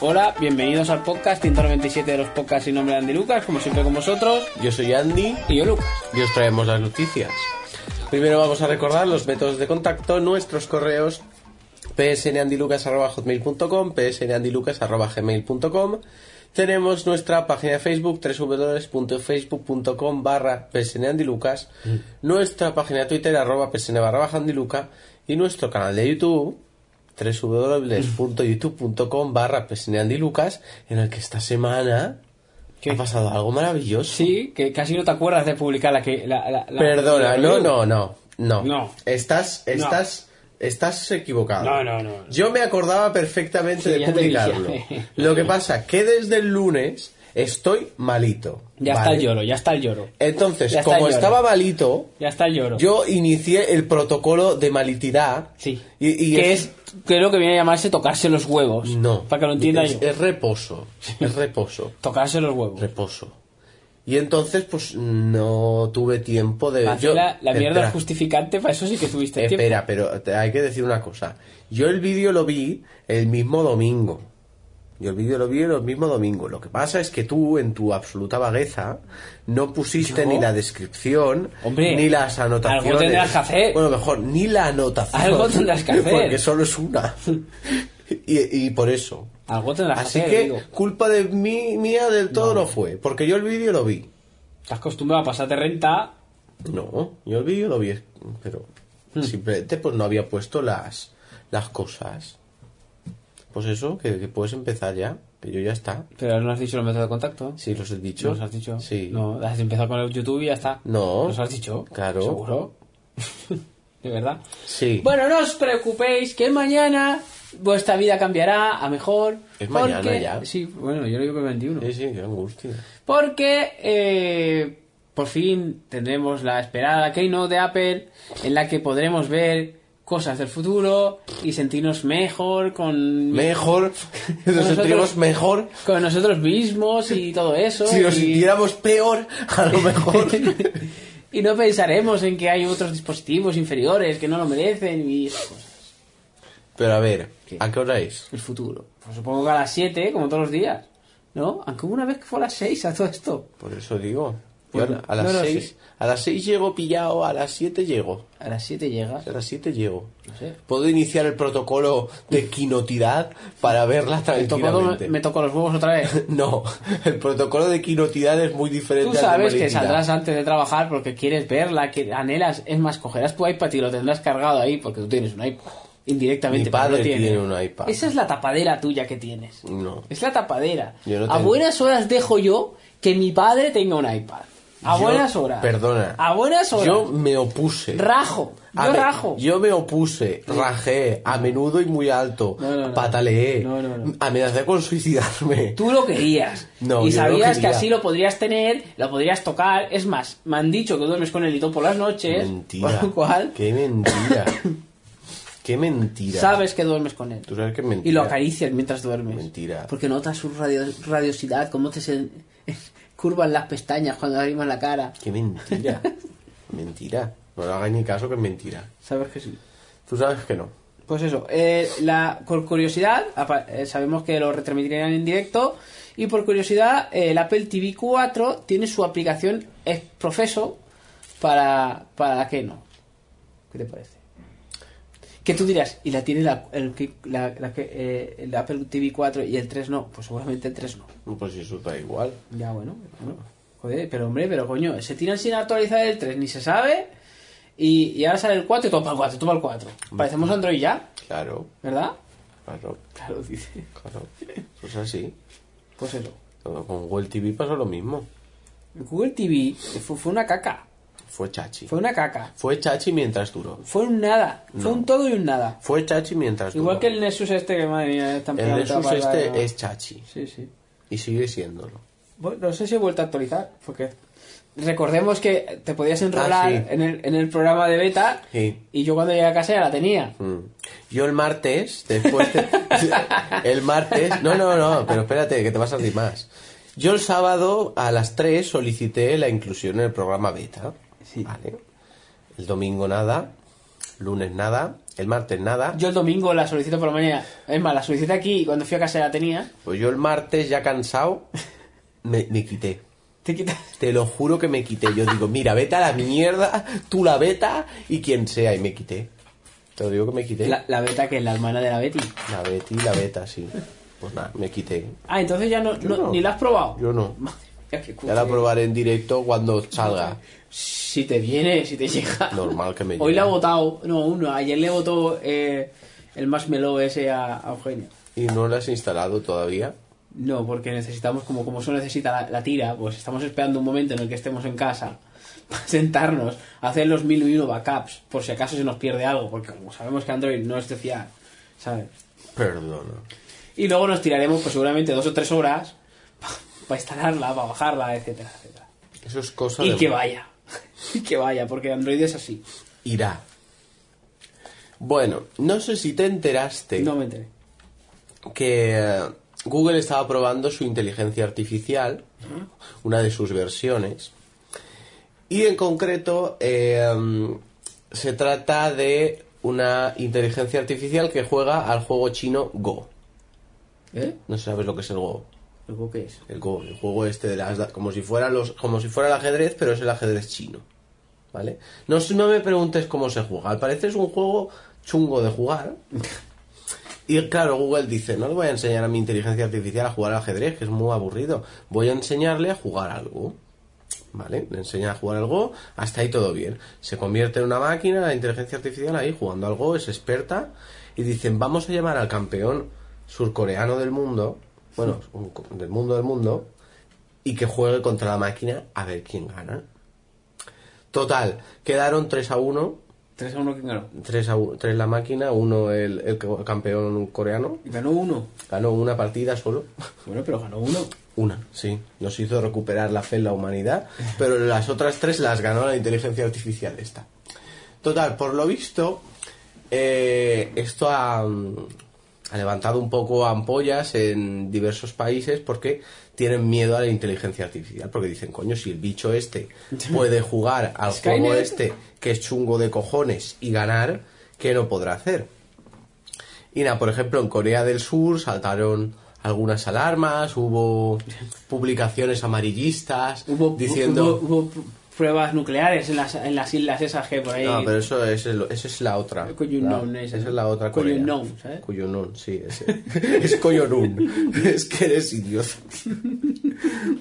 Hola, bienvenidos al podcast 197 de los podcasts sin nombre de Andy Lucas, como siempre con vosotros, Yo soy Andy y yo Lucas. y os traemos las noticias. Primero vamos a recordar los métodos de contacto, nuestros correos psnandilucas.com, psnandilucas.gmail.com. Tenemos nuestra página de Facebook, www.facebook.com barra psnandilucas, Mm. nuestra página de Twitter, arroba psn barra baja andiluca, y nuestro canal de YouTube, www.youtube.com barra psnandilucas, en el que esta semana ¿Qué? ha pasado algo maravilloso. Sí, que casi no te acuerdas de publicar la que... La, la- la- la Perdona, no, review. no, no, no. No. Estás, estás, estás equivocado. No, no, no. Yo me acordaba perfectamente Sí, de ya te publicarlo. dije. Lo que pasa que desde el lunes estoy malito. Ya ¿vale? está el lloro, ya está el lloro. Entonces, Ya está el como lloro. estaba malito, Ya está el lloro. yo inicié el protocolo de malitidad. Sí. Y, y que es, creo que viene a llamarse tocarse los huevos. No. Para que lo entienda es, yo. Es reposo. Es reposo. Tocarse los huevos. reposo. Y entonces, pues, no tuve tiempo de... Hacer yo- la, la mierda espera. es justificante, para eso sí que tuviste tiempo. Espera, pero te- hay que decir Ah. una cosa. Yo el vídeo lo vi el mismo domingo. Yo el vídeo lo vi el mismo domingo. Lo que pasa es que tú, en tu absoluta vagueza, no pusiste ¿Yo? ni la descripción, Hombre, ni las algo anotaciones. tendrás que hacer. Bueno, mejor, ni la anotación. Algo tendrás que hacer. Porque solo es una. Y, y por eso. Algo tendrás Así que hacer, que, digo. culpa de mí, mía del todo no fue. Porque yo el vídeo lo vi. Estás acostumbrado a pasarte renta. No, yo el vídeo lo vi, pero Hmm. simplemente pues no había puesto las, las cosas. Pues eso, que, que puedes empezar ya, que yo ya está. Pero no has dicho los métodos de contacto. Sí, los he dicho. ¿Nos has dicho? Sí. No, has empezado con el YouTube y ya está. No. ¿Nos has dicho? Claro. ¿Seguro? ¿De verdad? Sí. Bueno, no os preocupéis que mañana vuestra vida cambiará a mejor. Es mañana porque- ya. Sí, bueno, yo lo digo que el 21. Sí, sí, qué angustia. Porque eh, por fin tendremos la esperada Keynote de Apple en la que podremos ver cosas del futuro y sentirnos mejor con, Mejor, nos Nosotros- sentimos mejor. con nosotros mismos y todo eso. Si nos y- sintiéramos peor, a lo mejor. y no pensaremos en que hay otros dispositivos inferiores que no lo merecen y esas cosas. Pero a ver, ¿Qué? ¿a qué hora es? El futuro. Pues supongo que a las 7, como todos los días. ¿No? Aunque hubo una vez que fue a las 6 a todo esto. Por eso digo. Yo Bueno, a las no lo sé. seis, a las seis llego pillado, a las siete llego. A las 7 llegas. A las siete llego. No sé. ¿Puedo iniciar el protocolo de quinotidad para verla Me tocó, tranquilamente? me tocó los huevos otra vez. No, el protocolo de quinotidad es muy diferente Tú al de sabes que malignidad. saldrás antes de trabajar porque quieres verla, que anhelas. Es más, cogerás tu iPad y lo tendrás cargado ahí porque tú tienes un iPad. Indirectamente. Mi pero padre lo tiene un iPad. Esa es la tapadera tuya que tienes. No. Es la tapadera. Yo no a tengo. buenas horas dejo yo que mi padre tenga un iPad. A Yo- buenas horas. perdona. A buenas horas. Yo me opuse. rajo. Yo A ver, rajo. Yo me opuse, rajé, a menudo y muy alto, No, no, no. pataleé, No, no, no. amenacé con suicidarme. Tú lo querías. No, y yo no lo sabías que quería. así lo podrías tener, lo podrías tocar. Es más, me han dicho que duermes con el hito por las noches. Mentira. Con lo cual, Qué mentira. Qué mentira. sabes que duermes con él. Tú sabes que es mentira. Y lo acaricias mientras duermes. Mentira. Porque notas su radio- radiosidad, cómo te se curvan las pestañas cuando abrimos la cara. Qué mentira. mentira. No le hagáis ni caso que es mentira. Sabes que sí. Tú sabes que no. Pues eso, eh, la, por curiosidad, apa- eh, sabemos que lo retransmitirán en directo, y por curiosidad, eh, el Apple TV 4 tiene su aplicación ex profeso para, para que no. ¿Qué te parece? Que tú dirás, ¿y la tiene la, el, que- la- la que, eh, el Apple TV 4 y el 3 no? Pues seguramente el 3 no. Pues eso da igual. Ya, bueno, bueno. Joder, pero hombre, pero coño, se tiran sin actualizar el 3, ni se sabe, y, y ahora sale el 4 y toma el 4, toma el 4. Parecemos Android ya, Claro, ¿verdad? claro, Claro, dice. claro. Eso es así. Pues eso. Todo Con Google TV pasó lo mismo. El Google TV fue, fue una caca. Fue chachi. Fue una caca. Fue chachi mientras duró. Fue un nada. Fue un todo y un nada. Fue chachi mientras duró. Igual que el Nexus este que madre mía está Pues El Nexus este es chachi. Sí, sí. Y sigue siéndolo. Bueno, no sé si he vuelto a actualizar. Porque recordemos que te podías enrolar Ah, sí. en, el, en el programa de beta. Sí. Y yo cuando llegué a casa ya la tenía. Mm. Yo el martes, después de- El martes... No, no, no, pero espérate, que te vas a decir más. Yo el sábado a las 3 solicité la inclusión en el programa beta. Sí. Vale. El domingo nada. Lunes nada, el martes nada. Yo el domingo la solicito por la mañana. Es más, la solicité aquí y cuando fui a casa la tenía. Pues yo el martes, ya cansado, me, me quité. Te quitas. Te lo juro que me quité. Yo digo, mira, vete a la mierda, tú la beta y quien sea. Y me quité. Te lo digo que me quité. La, la La, beta que es la hermana de la Betty. Betty y la beta, sí. Pues nada, me quité. Ah, entonces ya no, no- no. ni la has probado. Yo no. Madre mía, qué Ya la cutre. probaré en directo cuando salga. Si te viene, si te llega. Normal que me Hoy llegue. la ha votado. No, uno. Ayer le votó eh, el Marshmallow ese a, a Eugenio. ¿Y no la has instalado todavía? No, porque necesitamos, como, como eso necesita la, la tira, pues estamos esperando un momento en el que estemos en casa para sentarnos, hacer los mil y uno backups, por si acaso se nos pierde algo, porque como sabemos que Android no es de fiar, ¿sabes? Perdona. Y luego nos tiraremos, pues seguramente dos o tres horas para instalarla, para bajarla, etcétera, etcétera. Eso es cosa Y de... que vaya. Y que vaya, porque Android es así. Irá. Bueno, no sé si te enteraste No me enteré. que eh, Google estaba probando su inteligencia artificial, una de sus versiones, y en concreto eh, mm, se trata de una inteligencia artificial que juega al juego chino Go. ¿Eh? No sabes lo que es el Go. ¿Luego qué es? El, go- el juego este de las da- como si fuera los como si fuera el ajedrez pero es el ajedrez chino vale no s- no me preguntes cómo se juega al parecer es un juego chungo de jugar y claro Google dice no le voy a enseñar a mi inteligencia artificial a jugar al ajedrez que es muy aburrido voy a enseñarle a jugar algo vale le enseña a jugar al Go hasta ahí todo bien se convierte en una máquina la inteligencia artificial ahí jugando al Go es experta y dicen vamos a llamar al campeón surcoreano del mundo bueno un co- del mundo del mundo y que juegue contra la máquina a ver quién gana. Total, quedaron 3 a 1, 3 a 1 quién ganó. 3 a 1, 3 la máquina, 1 el, el co- campeón coreano, Ganó uno. ganó una partida solo, Bueno, pero ganó uno. una, sí, nos hizo recuperar la fe en la humanidad, pero las otras tres las ganó la inteligencia artificial esta. Total, por lo visto, eh, esto ha, mm, ha levantado un poco ampollas en diversos países porque tienen miedo a la inteligencia artificial. Porque dicen, coño, si el bicho este puede jugar al Skynet. juego este, que es chungo de cojones, y ganar, ¿qué no podrá hacer? Y nada, por ejemplo, en Corea del Sur saltaron algunas alarmas, hubo publicaciones amarillistas Hubo, diciendo... hubo, hubo pruebas nucleares en las, en las islas esas que por ahí. No, pero eso, es el- eso es la otra. Coyunun, La- esa. esa es la otra Corea. Coyunun, ¿sabes? Coyunun, sí. ese. es Coyunun. es que eres idiota.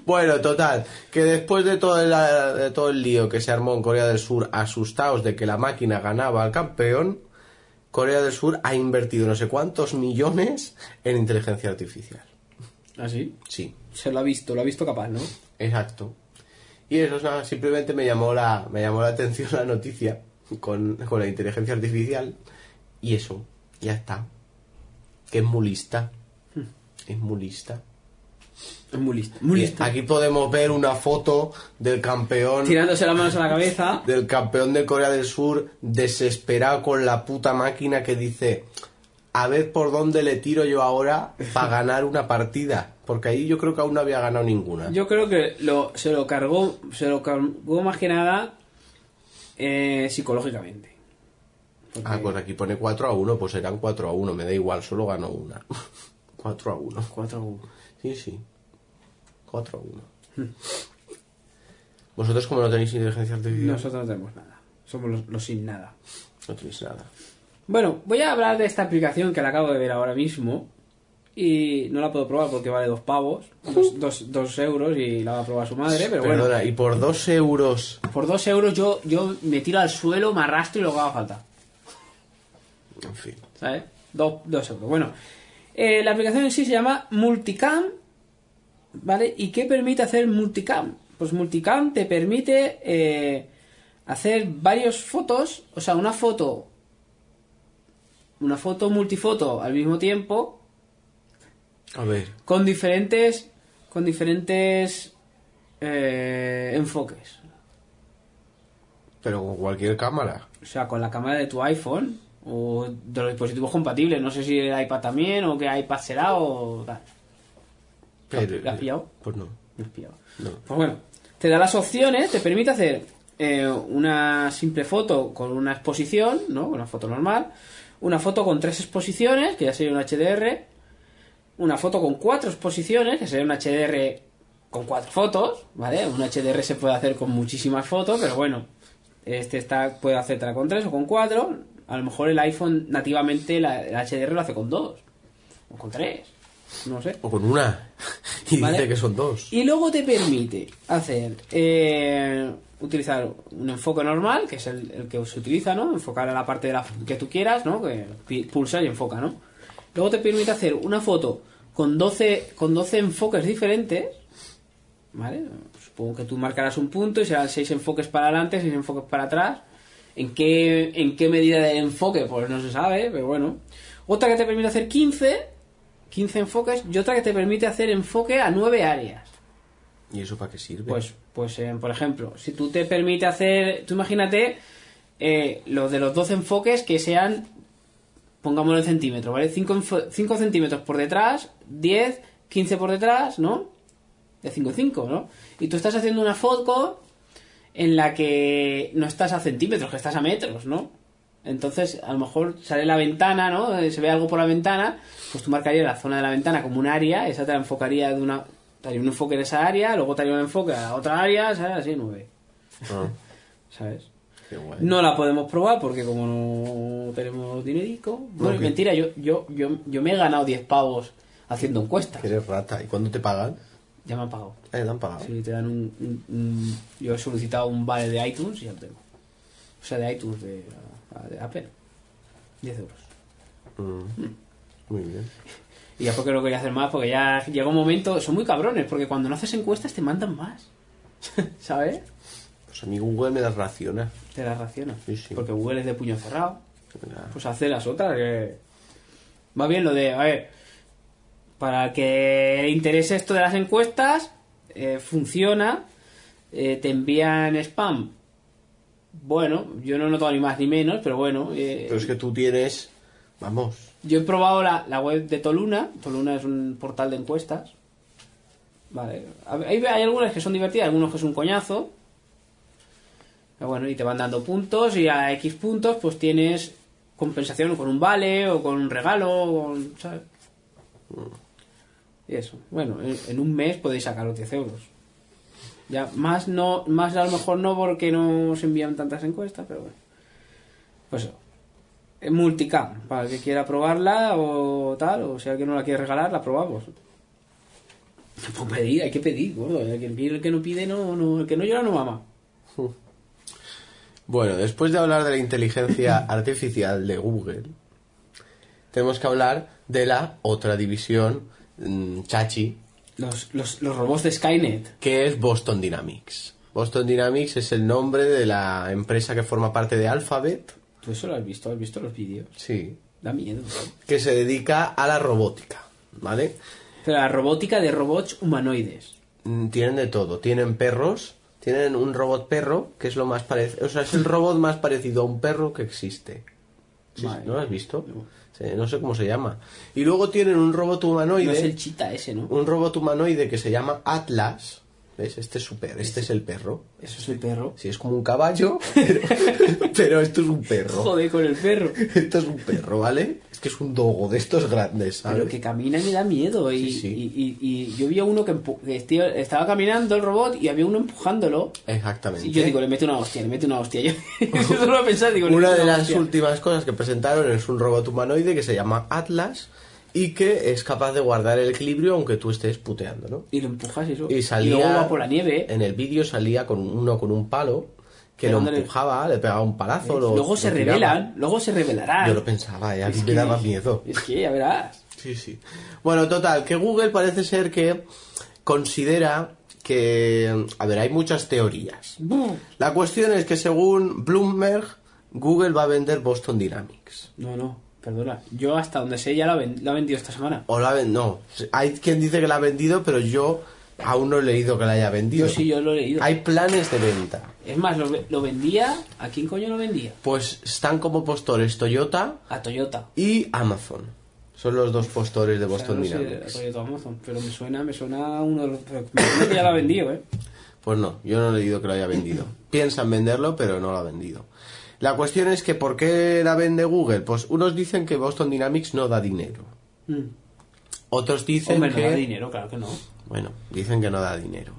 bueno, total. Que después de todo, el, de todo el lío que se armó en Corea del Sur, asustados de que la máquina ganaba al campeón, Corea del Sur ha invertido no sé cuántos millones en inteligencia artificial. ¿Ah, sí? Sí. Se lo ha visto, lo ha visto capaz, ¿no? Exacto. Y eso nada, simplemente me llamó la, me llamó la atención la noticia con, con la inteligencia artificial. Y eso, ya está. Que es muy lista. Es muy lista. Es muy listo. Eh, Muy Y listo. Aquí podemos ver una foto del campeón. Tirándose las manos a la cabeza. Del campeón de Corea del Sur desesperado con la puta máquina que dice, a ver por dónde le tiro yo ahora para ganar una partida. Porque ahí yo creo que aún no había ganado ninguna. Yo creo que lo, se lo cargó, se lo cargó más que nada eh, psicológicamente. Porque Ah, pues aquí pone 4 a 1, pues serán 4 a 1, me da igual, solo gano una. 4 a 1. cuatro a uno. Sí, sí. 4 a 1. Hmm. ¿Vosotros como no tenéis inteligencia artificial? Nosotros no tenemos nada. Somos los- los sin nada. No tenéis nada. Bueno, voy a hablar de esta aplicación que la acabo de ver ahora mismo. Y no la puedo probar porque vale dos pavos, dos, dos- dos euros y la va a probar su madre, pero bueno. Perdona, y por 2 euros... Por dos euros yo, yo me tiro al suelo, me arrastro y lo que haga falta. En fin. ¿Sabes? Dos, dos euros. Bueno, eh, la aplicación en sí se llama Multicam. ¿Vale? ¿Y qué permite hacer Multicam? Pues Multicam te permite eh, hacer varios fotos, o sea, una foto, una foto multifoto al mismo tiempo, A ver. con diferentes, con diferentes eh, enfoques. Pero con cualquier cámara. O sea, con la cámara de tu iPhone o de los dispositivos compatibles. No sé si el iPad también o qué iPad será o tal. Pero- ¿La has pillado? Pues no. Me has pillado. No. Pues bueno, te da las opciones, te permite hacer eh, una simple foto con una exposición, ¿no? Una foto normal. Una foto con tres exposiciones, que ya sería un HDR. Una foto con cuatro exposiciones, que sería un HDR con cuatro fotos, ¿vale? Un HDR se puede hacer con muchísimas fotos, pero bueno, este está puede hacerla con tres o con cuatro. A lo mejor el iPhone nativamente la- el HDR lo hace con dos o con tres, no sé. O con una. Y Vale. dice que son dos. Y luego te permite hacer, eh, utilizar un enfoque normal, que es el, el que se utiliza, ¿no? Enfocar a la parte de la, que tú quieras, ¿no? Que pi- pulsa y enfoca, ¿no? Luego te permite hacer una foto con 12, con 12 enfoques diferentes, ¿vale? Supongo que tú marcarás un punto y serán 6 enfoques para adelante, 6 enfoques para atrás. ¿En qué, ¿En qué medida de enfoque? Pues no se sabe, pero bueno. Otra que te permite hacer 15, 15 enfoques y otra que te permite hacer enfoque a 9 áreas. ¿Y eso para qué sirve? Pues, pues eh, por ejemplo, si tú te permite hacer, tú imagínate eh, los de los 12 enfoques que sean, pongámoslo en centímetros, ¿vale? 5, centímetros por detrás, 10, 15 por detrás, ¿no? De 5 en 5, ¿no? Y tú estás haciendo una foto en la que no estás a centímetros, que estás a metros, ¿no? Entonces, a lo mejor sale la ventana, ¿no? Eh, Se ve algo por la ventana, pues tú marcarías la zona de la ventana como un área, esa te la enfocaría de una... te haría un enfoque en esa área, luego te haría un enfoque a la otra área, ¿sabes? Así, nueve, Ah, ¿sabes? qué guay. No la podemos probar porque como no tenemos dinerico... Bueno, Ok. mentira, yo, yo, yo, yo me he ganado 10 pavos haciendo encuestas. Que eres rata. ¿Y cuándo te pagan? Ya me han pagado. Eh, te han pagado. Sí, te dan un, un- un- Yo he solicitado un vale de iTunes y ya lo tengo. O sea, de iTunes de, de Apple. 10 euros. Mm. Hmm. Muy bien. Y ya porque no quería hacer más, porque ya llega un momento... Son muy cabrones, porque cuando no haces encuestas te mandan más. ¿Sabes? Pues a mí Google me ¿eh? das raciones. Te las racionas. Sí, sí. Porque Google es de puño cerrado. Mira, Pues hace las otras. Que... Va bien lo de... A ver... Para el que le interese esto de las encuestas, eh, funciona. eh, te envían spam. Bueno, yo no he notado ni más ni menos, pero bueno. eh, Pero es que tú tienes... Vamos. yo he probado la, la web de Toluna. Toluna es un portal de encuestas. Vale. A ver, Hay, hay algunas que son divertidas, algunos que es un coñazo. Pero bueno, y te van dando puntos y a X puntos pues tienes compensación con un vale o con un regalo, o con, ¿sabes? Y eso. Bueno, en, en un mes podéis sacar los 10 euros. Ya, más no, más a lo mejor no porque no os envían tantas encuestas, pero bueno. Pues eso. Es multicam, para el que quiera probarla o tal, o si alguien no la quiere regalar, la probamos. Pues pedir, hay que pedir, gordo. El que, el que no pide, no, no, el que no llora no mama. Bueno, después de hablar de la inteligencia artificial de Google, tenemos que hablar de la otra división, mm, Chachi, Los, los, los robots de Skynet. que es Boston Dynamics. Boston Dynamics es el nombre de la empresa que forma parte de Alphabet, ¿Tú eso lo has visto? ¿Has visto los vídeos? sí, Da miedo. que se dedica a la robótica, ¿vale? Pero la robótica de robots humanoides. Mm, Tienen de todo, tienen perros, tienen un robot perro, que es lo más parecido, o sea, es el robot más parecido a un perro que existe. Sí, Vale. ¿No lo has visto? No. Sí, no sé cómo se llama. Y luego tienen un robot humanoide. No es el chita ese, ¿no? un robot humanoide que se llama Atlas. ¿Ves? Este es super, este es el perro. Eso es el perro. Sí, es como un caballo, pero, pero esto es un perro. Joder con el perro. Esto es un perro, ¿vale? Es que es un dogo de estos grandes, ¿sabes? Pero que camina me da miedo. Y, Sí, sí. y- y- y yo vi a uno que, empu- que esti- estaba caminando el robot y había uno empujándolo. Exactamente. Y yo digo, le mete una hostia, le mete una hostia. Yo yo solo he pensado, digo, le Una meto de las hostia. últimas cosas que presentaron es un robot humanoide que se llama Atlas y que es capaz de guardar el equilibrio aunque tú estés puteando, ¿no? Y lo empujas y eso. Y salía. luego va por la nieve. En el vídeo salía con uno con un palo que lo Pegándole- empujaba, le pegaba un palazo. lo- luego se lo tiraba. revelan, luego se revelarán. Yo lo pensaba, ya Es me que- daba miedo. Es que ya verás. Sí, sí. Bueno, total, que Google parece ser que considera que... A ver, hay muchas teorías. La cuestión es que según Bloomberg, Google va a vender Boston Dynamics. No, no, perdona. Yo hasta donde sé ya lo ha ven- lo ha vendido esta semana. O la ven... No, hay quien dice que la ha vendido, pero yo aún no he leído que la haya vendido. Yo sí, yo lo he leído. Hay planes de venta. Es más, lo, ve- lo vendía. ¿A quién coño lo vendía? Pues están como postores Toyota A Toyota. y Amazon. Son los dos postores de O sea, Boston no sé, Dynamics. a Toyota o Amazon. Pero me suena, me suena a uno de los. pero me suena que ya lo ha vendido, ¿eh? Pues no, yo no he leído que lo haya vendido. Piensan venderlo, pero no lo ha vendido. La cuestión es que ¿por qué la vende Google? Pues unos dicen que Boston Dynamics no da dinero. Mm. Otros dicen Hombre, que... no da dinero, claro que no. Bueno, dicen que no da dinero.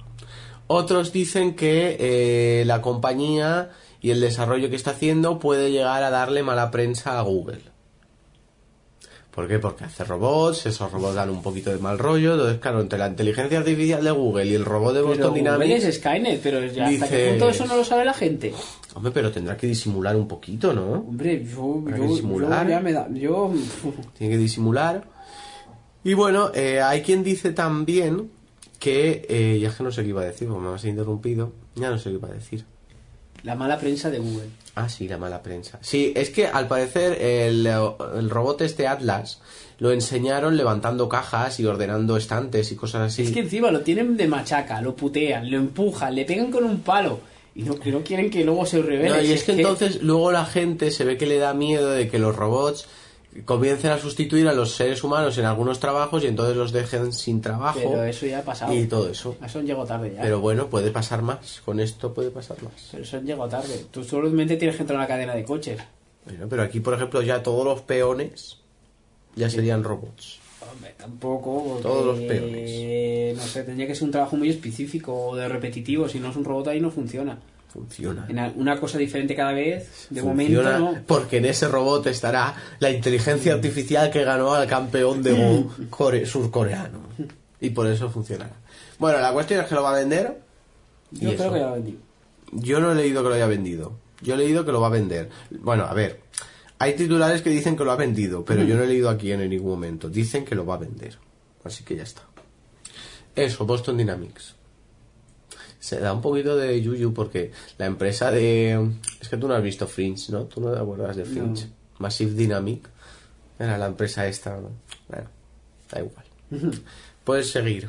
Otros dicen que eh, la compañía y el desarrollo que está haciendo puede llegar a darle mala prensa a Google. ¿Por qué? Porque hace robots, esos robots dan un poquito de mal rollo. Entonces, claro, entre la inteligencia artificial de Google y el robot de Pero Boston Dynamics. Google es Skynet, pero ya hasta qué Dices- punto eso no lo sabe la gente. Hombre, pero tendrá que disimular un poquito, ¿no? Hombre, yo, Para yo, disimular. yo ya me da. Yo. Tiene que disimular. Y bueno, eh, hay quien dice también que. eh, ya es que no sé qué iba a decir, porque me has interrumpido. Ya no sé qué iba a decir. La mala prensa de Google. Ah, sí, la mala prensa. Sí, es que al parecer el, el robot este Atlas lo enseñaron levantando cajas y ordenando estantes y cosas así. Es que encima lo tienen de machaca, lo putean, lo empujan, le pegan con un palo. Y no, que no quieren que luego se revele. No, si y es que entonces luego la gente se ve que le da miedo de que los robots comiencen a sustituir a los seres humanos en algunos trabajos y entonces los dejen sin trabajo Pero eso ya ha pasado. y todo eso. A Eso llegó tarde ya. Pero bueno, puede pasar más. Con esto puede pasar más. Pero eso llegó tarde. Tú solamente tienes que entrar a una cadena de coches. Bueno, pero aquí, por ejemplo, ya todos los peones ya serían robots. Hombre, tampoco. porque, Todos los peones. No sé, tendría que ser un trabajo muy específico o de repetitivo. Si no es un robot ahí no funciona. Funciona. En al- una cosa diferente cada vez, de Funciona momento no. Porque en ese robot estará la inteligencia artificial que ganó al campeón de Go core- surcoreano. Y por eso funcionará. Bueno, la cuestión es que lo va a vender. ¿Y Yo creo eso? que ya lo vendí. Yo no he leído que lo haya vendido. Yo he leído que lo va a vender. Bueno, a ver. Hay titulares que dicen que lo ha vendido, pero yo no he leído aquí en ningún momento. Dicen que lo va a vender. Así que ya está. Eso, Boston Dynamics. Se da un poquito de yuyu porque la empresa de... Es que tú no has visto Fringe, ¿no? Tú no te acuerdas de Fringe. No. Massive Dynamic. Era la empresa esta. ¿no? Bueno, da igual. Puedes seguir.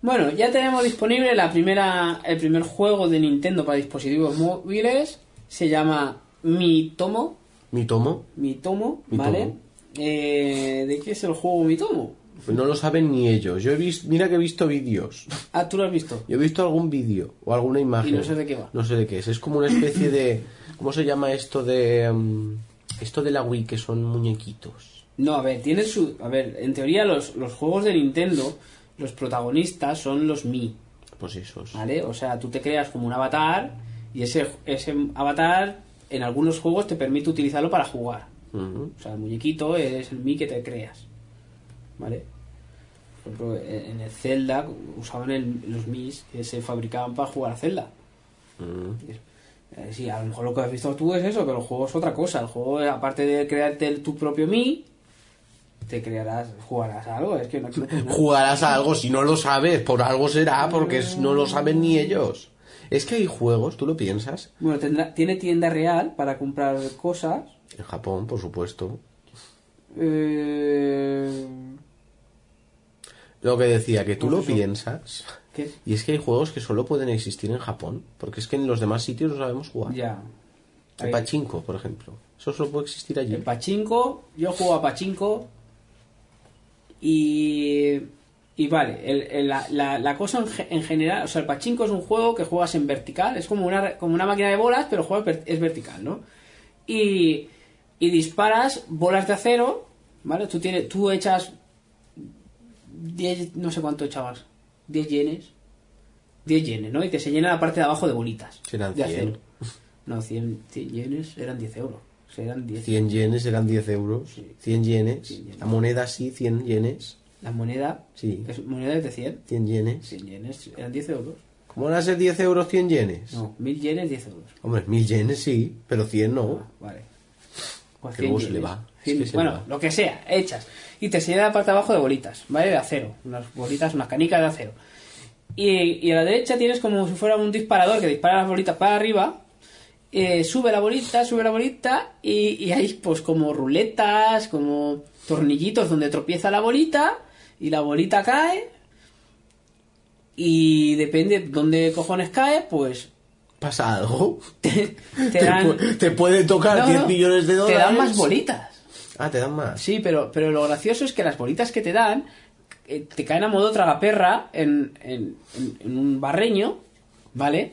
Bueno, ya tenemos disponible la primera, el primer juego de Nintendo para dispositivos móviles. Se llama Mi Tomo. Mi tomo. Mi Tomo, Mi ¿vale? Tomo. Eh, ¿De qué es el juego Mi Tomo? No lo saben ni ellos. Yo he visto... Mira que he visto vídeos. Ah, tú lo has visto. Yo he visto algún vídeo o alguna imagen. Y no sé de qué va. No sé de qué es. Es como una especie de. ¿Cómo se llama esto de. mm, esto de la Wii, que son muñequitos? No, a ver, tiene su. A ver, en teoría, los, los juegos de Nintendo, los protagonistas son los Mi, Pues esos. ¿vale? O sea, tú te creas como un avatar y ese, ese avatar en algunos juegos te permite utilizarlo para jugar. Ujú. O sea, el muñequito es el mi que te creas. ¿Vale? Por ejemplo, en el Zelda usaban el- los mis que se fabricaban para jugar a Zelda. Ujú. Eh, Sí, a lo mejor lo que has visto tú es eso, pero el juego es otra cosa. El juego, eh, aparte de crearte el- tu propio mi, te crearás, jugarás a algo. Es que no, Jugarás a algo si no lo sabes. Por algo será, porque es- no lo saben ni ellos. Es que hay juegos, tú lo piensas. Bueno, tendrá, tiene tienda real para comprar cosas. En Japón, por supuesto. Eh, Lo que decía, que tú Pues lo eso. piensas. ¿Qué? Y es que hay juegos que solo pueden existir en Japón. Porque es que en los demás sitios no sabemos jugar. Ya. El pachinko, por ejemplo. Eso solo puede existir allí. El pachinko, yo juego a pachinko y, y vale, el- el- la, la- la cosa en, ge- en general, o sea, el pachinko es un juego que juegas en vertical, es como una, como una máquina de bolas, pero juegas ver- es vertical, ¿no? Y, y disparas bolas de acero, ¿vale? Tú, tienes, tú echas 10, no sé cuánto echabas, 10 yenes, 10 yenes, ¿no? Y que se llena la parte de abajo de bolitas. Serán de 100. acero. No, 100, 100 yenes eran 10 euros. O sea, eran 10 100 yenes eran 10 euros. 100 yenes. 100 yenes. La moneda sí, 100 yenes. La moneda Sí. es moneda de 100. 100 yenes. 100 yenes eran 10 euros. ¿Cómo van a ser 10 euros 100 yenes? No, 1000 yenes, 10 euros. Hombre, 1000 yenes sí, pero 100 Ah, no. vale. Pues Que luego 100 se le yenes. va. Es 100, que se bueno, le va. lo que sea, hechas. Y te señala la parte de abajo de bolitas, ¿vale? De acero. Unas bolitas, unas canicas de acero. Y, y a la derecha tienes como si fuera un disparador que dispara las bolitas para arriba. eh, sube la bolita, sube la bolita. Y, y hay pues como ruletas, como tornillitos donde tropieza la bolita. Y la bolita cae. Y depende dónde cojones cae, pues ¿Pasa algo? te, te Te dan. pu- te puede tocar No, 10 no, millones de dólares. Te dan más bolitas. Ah, te dan más. Sí, pero, pero lo gracioso es que las bolitas que te dan eh, te caen a modo tragaperra en, en, en, en un barreño, ¿vale?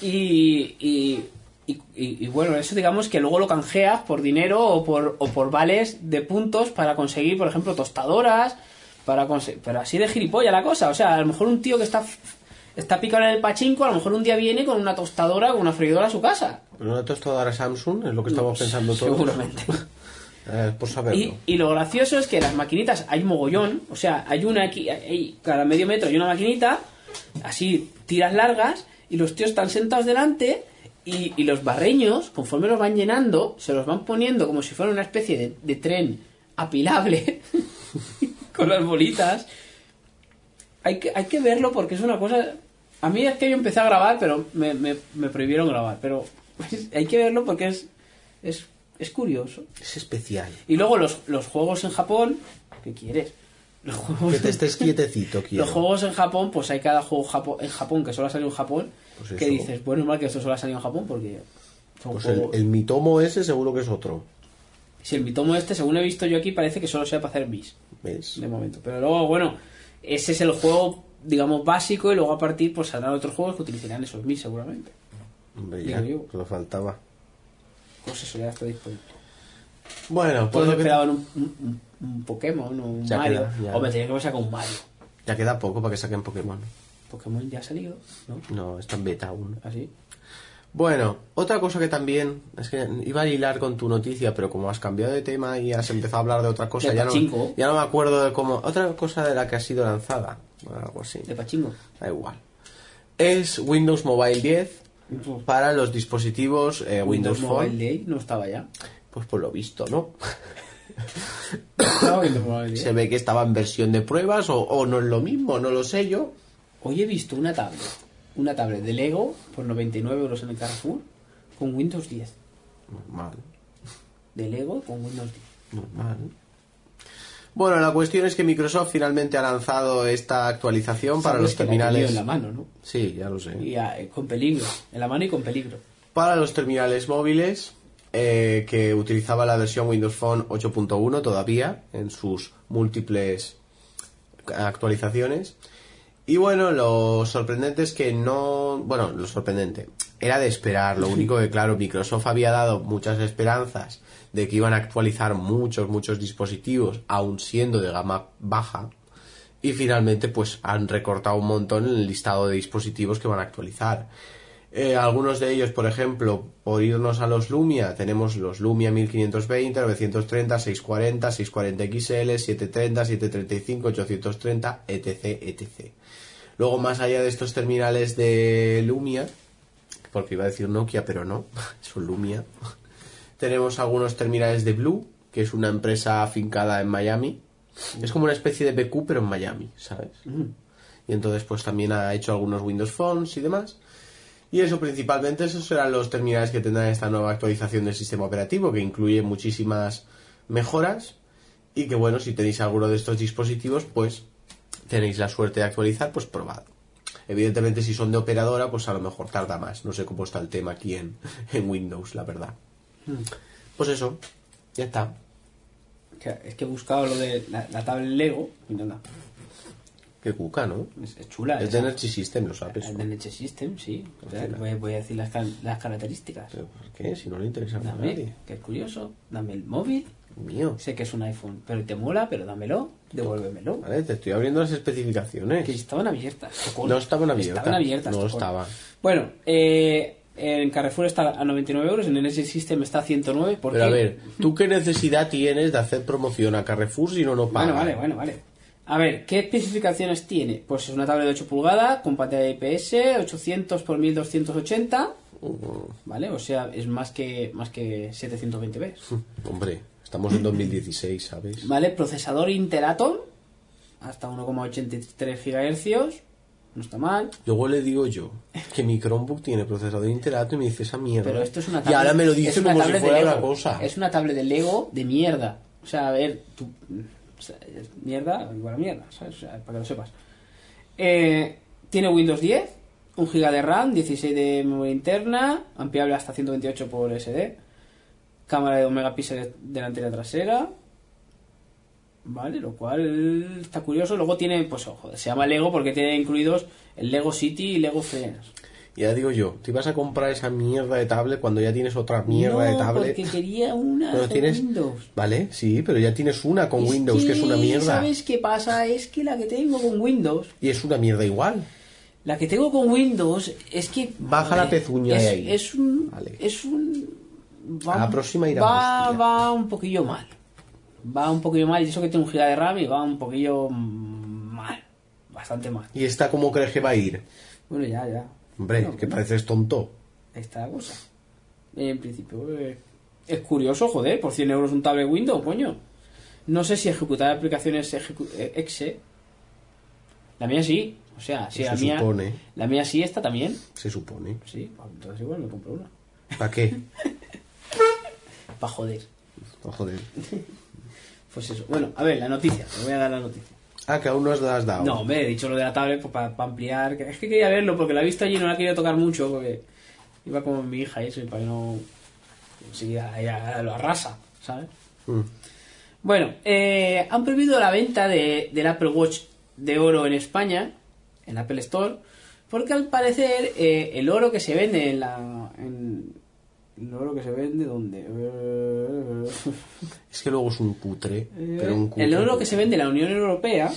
Y, y, y, y- y bueno, eso digamos que luego lo canjeas por dinero o por, o por vales de puntos para conseguir, por ejemplo, tostadoras, para conse- pero así de gilipollas la cosa. O sea, a lo mejor un tío que está, f- está picado en el pachinko, a lo mejor un día viene con una tostadora, con una freidora a su casa. Pero una tostadora Samsung es lo que estamos pensando todos. Seguramente. Eh, por saberlo. Y, y lo gracioso es que las maquinitas hay mogollón, o sea, hay una aquí, hay- cada medio metro hay una maquinita, así tiras largas, y los tíos están sentados delante, y, y los barreños, conforme los van llenando, se los van poniendo como si fuera una especie de, de tren apilable, con las bolitas. Hay que, hay que verlo porque es una cosa... A mí es que yo empecé a grabar, pero me, me- me prohibieron grabar, pero hay que verlo porque es, es, es curioso. Es especial. Y luego los, los juegos en Japón, ¿qué quieres? Los juegos, Que te estés quietecito, quiero. Pues los juegos en Japón, pues hay cada juego japo- en Japón que solo ha salido en Japón, Pues que eso. dices, bueno, es mal que esto solo ha salido en Japón porque son Pues el, juegos... el mitomo ese seguro que es otro. Si el mitomo este, según he visto yo aquí, parece que solo sea para hacer bis, ¿Ves? de momento. Pero luego, bueno, ese es el juego, digamos, básico y luego a partir pues saldrán otros juegos que utilizarán esos mis seguramente. Hombre, ya, Digo yo. que lo faltaba. Pues eso ya está disponible. Bueno, pues Todos lo que- esperaban un, un- un- un Pokémon, un Ya Mario. queda, ya. o me tenía que pasar con un Mario. ya queda poco para que saquen Pokémon. Pokémon ya ha salido, ¿no? No, está en beta aún. Así. Bueno, otra cosa que también es que iba a hilar con tu noticia, pero como has cambiado de tema y has empezado a hablar de otra cosa, De ya, no, pachinko. ya no me acuerdo de cómo. Otra cosa de la que ha sido lanzada, o algo así, De pachingo. da igual. Es Windows Mobile 10 para los dispositivos eh, Windows, Mobile Phone. Day no estaba ya. Pues por lo visto, ¿no? Estaba Windows Mobile Day. Se ve que estaba en versión de pruebas o, o no es lo mismo, no lo sé yo. Hoy he visto una tablet. Una tablet de Lego por 99 euros en el Carrefour con Windows 10. Normal. De Lego con Windows 10. Normal. Bueno, la cuestión es que Microsoft finalmente ha lanzado esta actualización para Sabes los que la he tenido terminales. en la mano, ¿no? Sí, ya lo sé. Y ah, eh, con peligro. En la mano y con peligro. Para los terminales móviles eh, que utilizaba la versión Windows Phone 8.1 todavía en sus múltiples actualizaciones. Y bueno, lo sorprendente es que no... Bueno, lo sorprendente. Era de esperar. Lo único que, claro, Microsoft había dado muchas esperanzas de que iban a actualizar muchos, muchos dispositivos, aun siendo de gama baja. Y finalmente, pues han recortado un montón el listado de dispositivos que van a actualizar. Eh, algunos de ellos, por ejemplo, por irnos a los Lumia, tenemos los Lumia 1520, 930, 640, 640 XL, 730, 735, 830, etc, etc. Luego, más allá de estos terminales de Lumia, porque iba a decir Nokia, pero no, son Lumia, tenemos algunos terminales de Blue, que es una empresa afincada en Miami. Es como una especie de BQ, pero en Miami, ¿sabes? Y entonces, pues también ha hecho algunos Windows Phones y demás. Y eso principalmente, esos serán los terminales que tendrán esta nueva actualización del sistema operativo, que incluye muchísimas mejoras. Y que bueno, si tenéis alguno de estos dispositivos, pues tenéis la suerte de actualizar, pues probad. Evidentemente, si son de operadora, pues a lo mejor tarda más. No sé cómo está el tema aquí en, en Windows, la verdad. Pues eso, ya está. Que- Es que he buscado lo de la, la tablet Lego. Y nada. Qué cuca, ¿no? Es, es chula. Es esa. de Energy System, lo sabes. El ¿no? de Energy System, sí. O sea, Voy, a- voy a decir las, cal- las características. Pero, ¿Por qué? Si no le interesa a Dame, nadie. que es curioso. Dame el móvil. Mío. Sé que es un iPhone, pero te mola, pero dámelo, devuélvemelo. Vale, te estoy abriendo las especificaciones. Que estaban abiertas. tocó. No estaban abiertas. Estaban abiertas. No tocó. estaban. Bueno, eh, en Carrefour está a 99 euros, en NS System está a 109. ¿por Pero a qué? ver, ¿tú qué necesidad tienes de hacer promoción a Carrefour si no no paga? Bueno, vale, bueno, vale. A ver, ¿qué especificaciones tiene? Pues es una tablet de 8 pulgadas con pantalla IPS, 800 por 1280, Uh, ¿vale? O sea, es más que, más que 720p. uh, Hombre, estamos en 2016, ¿sabes? ¿Vale? Procesador Intel Atom, hasta 1,83 GHz, no está mal. Luego le digo yo que mi Chromebook tiene procesador interato y me dice esa mierda. Pero esto es una y tablet. ahora me lo es dice una como si tablet de fuera Lego. una cosa. Es una tablet de Lego de mierda. O sea, a ver, tú. o sea, es mierda, igual a mierda, ¿sabes? O sea, para que lo sepas. Eh, tiene Windows 10, 1 GB de RAM, 16 de memoria interna, ampliable hasta 128 por SD, cámara de 2 megapíxeles delantera y trasera, ¿vale? Lo cual está curioso. Luego tiene, pues, ojo, se llama Lego porque tiene incluidos el Lego City y Lego Friends. Ya digo yo, te vas a comprar esa mierda de tablet cuando ya tienes otra mierda no, de tablet. porque quería una Pero con tienes- Windows. Vale, sí, pero ya tienes una con Windows, que, es una mierda. ¿Sabes qué pasa? Es que la que tengo con Windows, Y es una mierda igual. la que tengo con Windows es que Baja la pezuña es, de ahí. Es un Vale. es un A la próxima irá más, va, tía. va un poquillo mal. Va un poquillo mal y eso que tiene un giga de RAM y va un poquillo mal, bastante mal. Y esta, ¿cómo crees que va a ir? Bueno, ya, ya. Hombre, No, que bueno. pareces tonto. Ahí está la cosa. En principio, eh, es curioso, joder, por 100 euros un tablet Windows, coño. No sé si ejecutar aplicaciones ejecu- eh, exe. La mía sí. O sea, si se la mía. supone, La mía sí, esta también. se supone. Sí, pues entonces igual me compro una. ¿Para qué? Para joder. Oh, joder. Pues eso. Bueno, a ver, la noticia. Te voy a dar la noticia. Ah, que aún no has- la has dado. No, hombre, he dicho lo de la tablet pues, para, ampliar. que- Es que quería verlo porque la he visto allí y no la quería tocar mucho porque iba como mi hija y eso y para que no. Sí, ella lo arrasa, ¿sabes? Mm. Bueno, eh, han prohibido la venta de, del Apple Watch de oro en España, en Apple Store, porque al parecer eh, el oro que se vende en la... en- el oro que se vende, ¿dónde? Eh, Es que luego es un cutre. pero un cutre. el oro que se vende en la Unión Europea...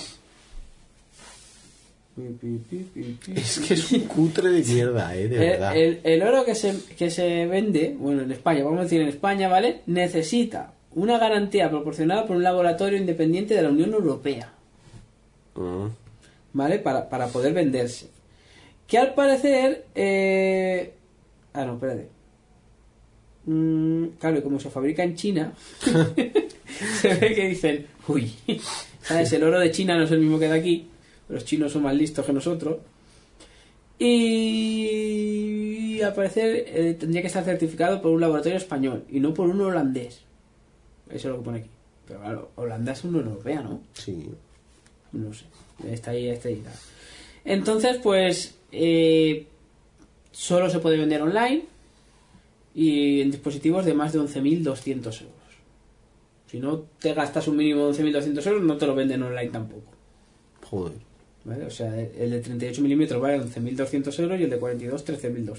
Pi, pi, pi, pi, pi. Es que es un cutre de mierda, eh, de eh, El, verdad. el- el oro que se, que se vende, bueno, en España, vamos a decir en España, ¿vale? Necesita una garantía proporcionada por un laboratorio independiente de la Unión Europea. Mm. ¿vale? Para, para poder venderse. Que al parecer... eh, Ah, no, espérate. Mm, claro, y como se fabrica en China, se ve que dicen, uy, ¿sabes? El oro de China no es el mismo que de aquí. Los chinos son más listos que nosotros. Y al parecer eh, tendría que estar certificado por un laboratorio español y no por uno holandés. Eso es lo que pone aquí. Pero claro, Holanda es una europea, ¿no? Sí. No sé. Está ahí, está ahí. está. Entonces, pues. eh, solo se puede vender online. Y en dispositivos de más de 11.200 euros. Si no te gastas un mínimo de 11.200 euros, no te lo venden online tampoco. Joder. ¿vale? O sea, el de 38 milímetros vale 11.200 euros y el de 42, 13.200.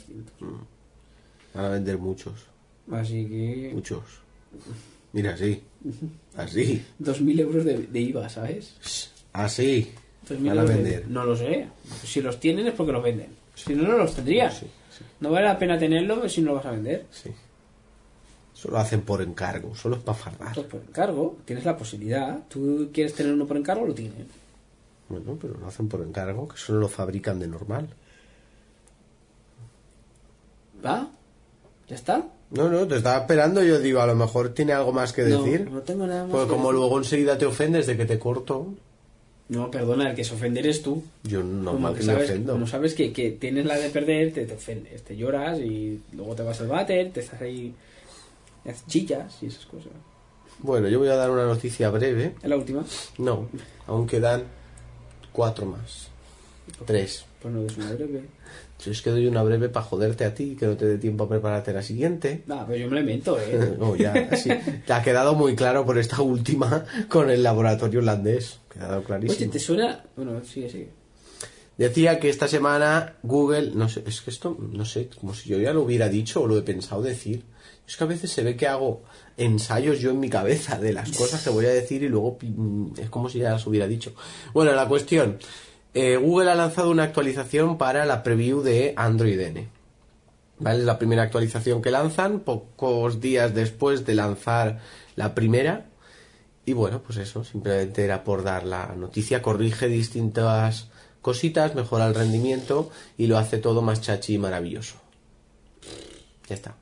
Van a vender muchos. Así que. Muchos. Mira, así. Así. 2.000 euros de, de IVA, ¿sabes? Así. 2.000 Van a euros de- vender. No lo sé. Si los tienen es porque los venden. Si no, no los tendrías. Sí, sí, No vale la pena tenerlo si no lo vas a vender. sí. Solo hacen por encargo. Solo es para fardar. Pues por encargo, tienes la posibilidad. Tú quieres tener uno por encargo, lo tienes. Bueno, pero lo hacen por encargo, que solo lo fabrican de normal. ¿Va? ¿Ya está? No, no, te estaba esperando. Yo digo, a lo mejor tiene algo más que No, decir. No, tengo nada más. Porque que como decir. luego enseguida te ofendes de que te corto, No, perdona, el que se ofende eres tú. yo como normal que que me sabes, ofendo. como sabes que, que tienes la de perder, te, te ofendes, te lloras y luego te vas al váter, te estás ahí. haces chillas y esas cosas. Bueno, yo voy a dar una noticia breve. Es la última. No, aún quedan cuatro más. Tres. Pues no es una breve. Yo es que doy una breve para joderte a ti, que no te dé tiempo a prepararte la siguiente. Nada, pero yo me lo invento, ¿eh? No, ya, sí. Te ha quedado muy claro por esta última con el laboratorio holandés. Quedado Oye, clarísimo. ¿te suena? Bueno, sigue, sigue. Decía que esta semana Google, no sé, es que esto, no sé, como si yo ya lo hubiera dicho o lo he pensado decir. Es que a veces se ve que hago ensayos yo en mi cabeza de las cosas que voy a decir y luego pim, es como si ya las hubiera dicho. Bueno, la cuestión. eh, Google ha lanzado una actualización para la preview de Android N. ¿Vale? Es la primera actualización que lanzan, pocos días después de lanzar la primera. Y bueno, pues eso, simplemente era por dar la noticia, corrige distintas cositas, mejora el rendimiento y lo hace todo más chachi y maravilloso. Ya está.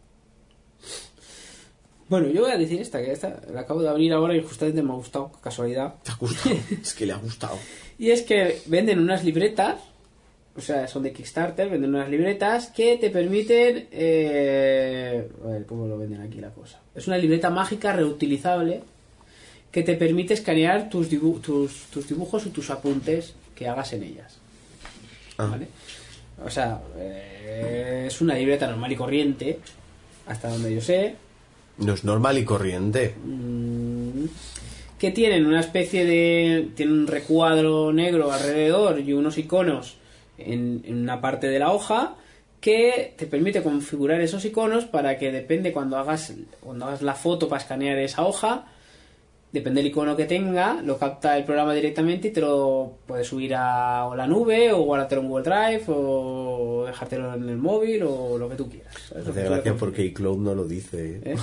Bueno, yo voy a decir esta, que esta la acabo de abrir ahora y justamente me ha gustado, casualidad. ¿Te ha gustado? es que le ha gustado. Y es que venden unas libretas, o sea, son de Kickstarter, venden unas libretas que te permiten... eh, a ver, ¿cómo lo venden aquí la cosa? Es una libreta mágica reutilizable que te permite escanear tus, dibu- tus, tus dibujos o tus apuntes que hagas en ellas. Ah. ¿Vale? O sea, eh, es una libreta normal y corriente, hasta donde yo sé. No es normal y corriente. Mm, que tienen una especie de... tienen un recuadro negro alrededor y unos iconos en, en una parte de la hoja que te permite configurar esos iconos para que depende cuando hagas, cuando hagas la foto para escanear esa hoja, depende del icono que tenga, lo capta el programa directamente y te lo puedes subir a la nube o guardártelo en Google Drive o dejártelo en el móvil o lo que tú quieras. Me ¿sabes? Lo que hace tú le gracia compres, porque iCloud no lo dice. ¿eh? ¿eh?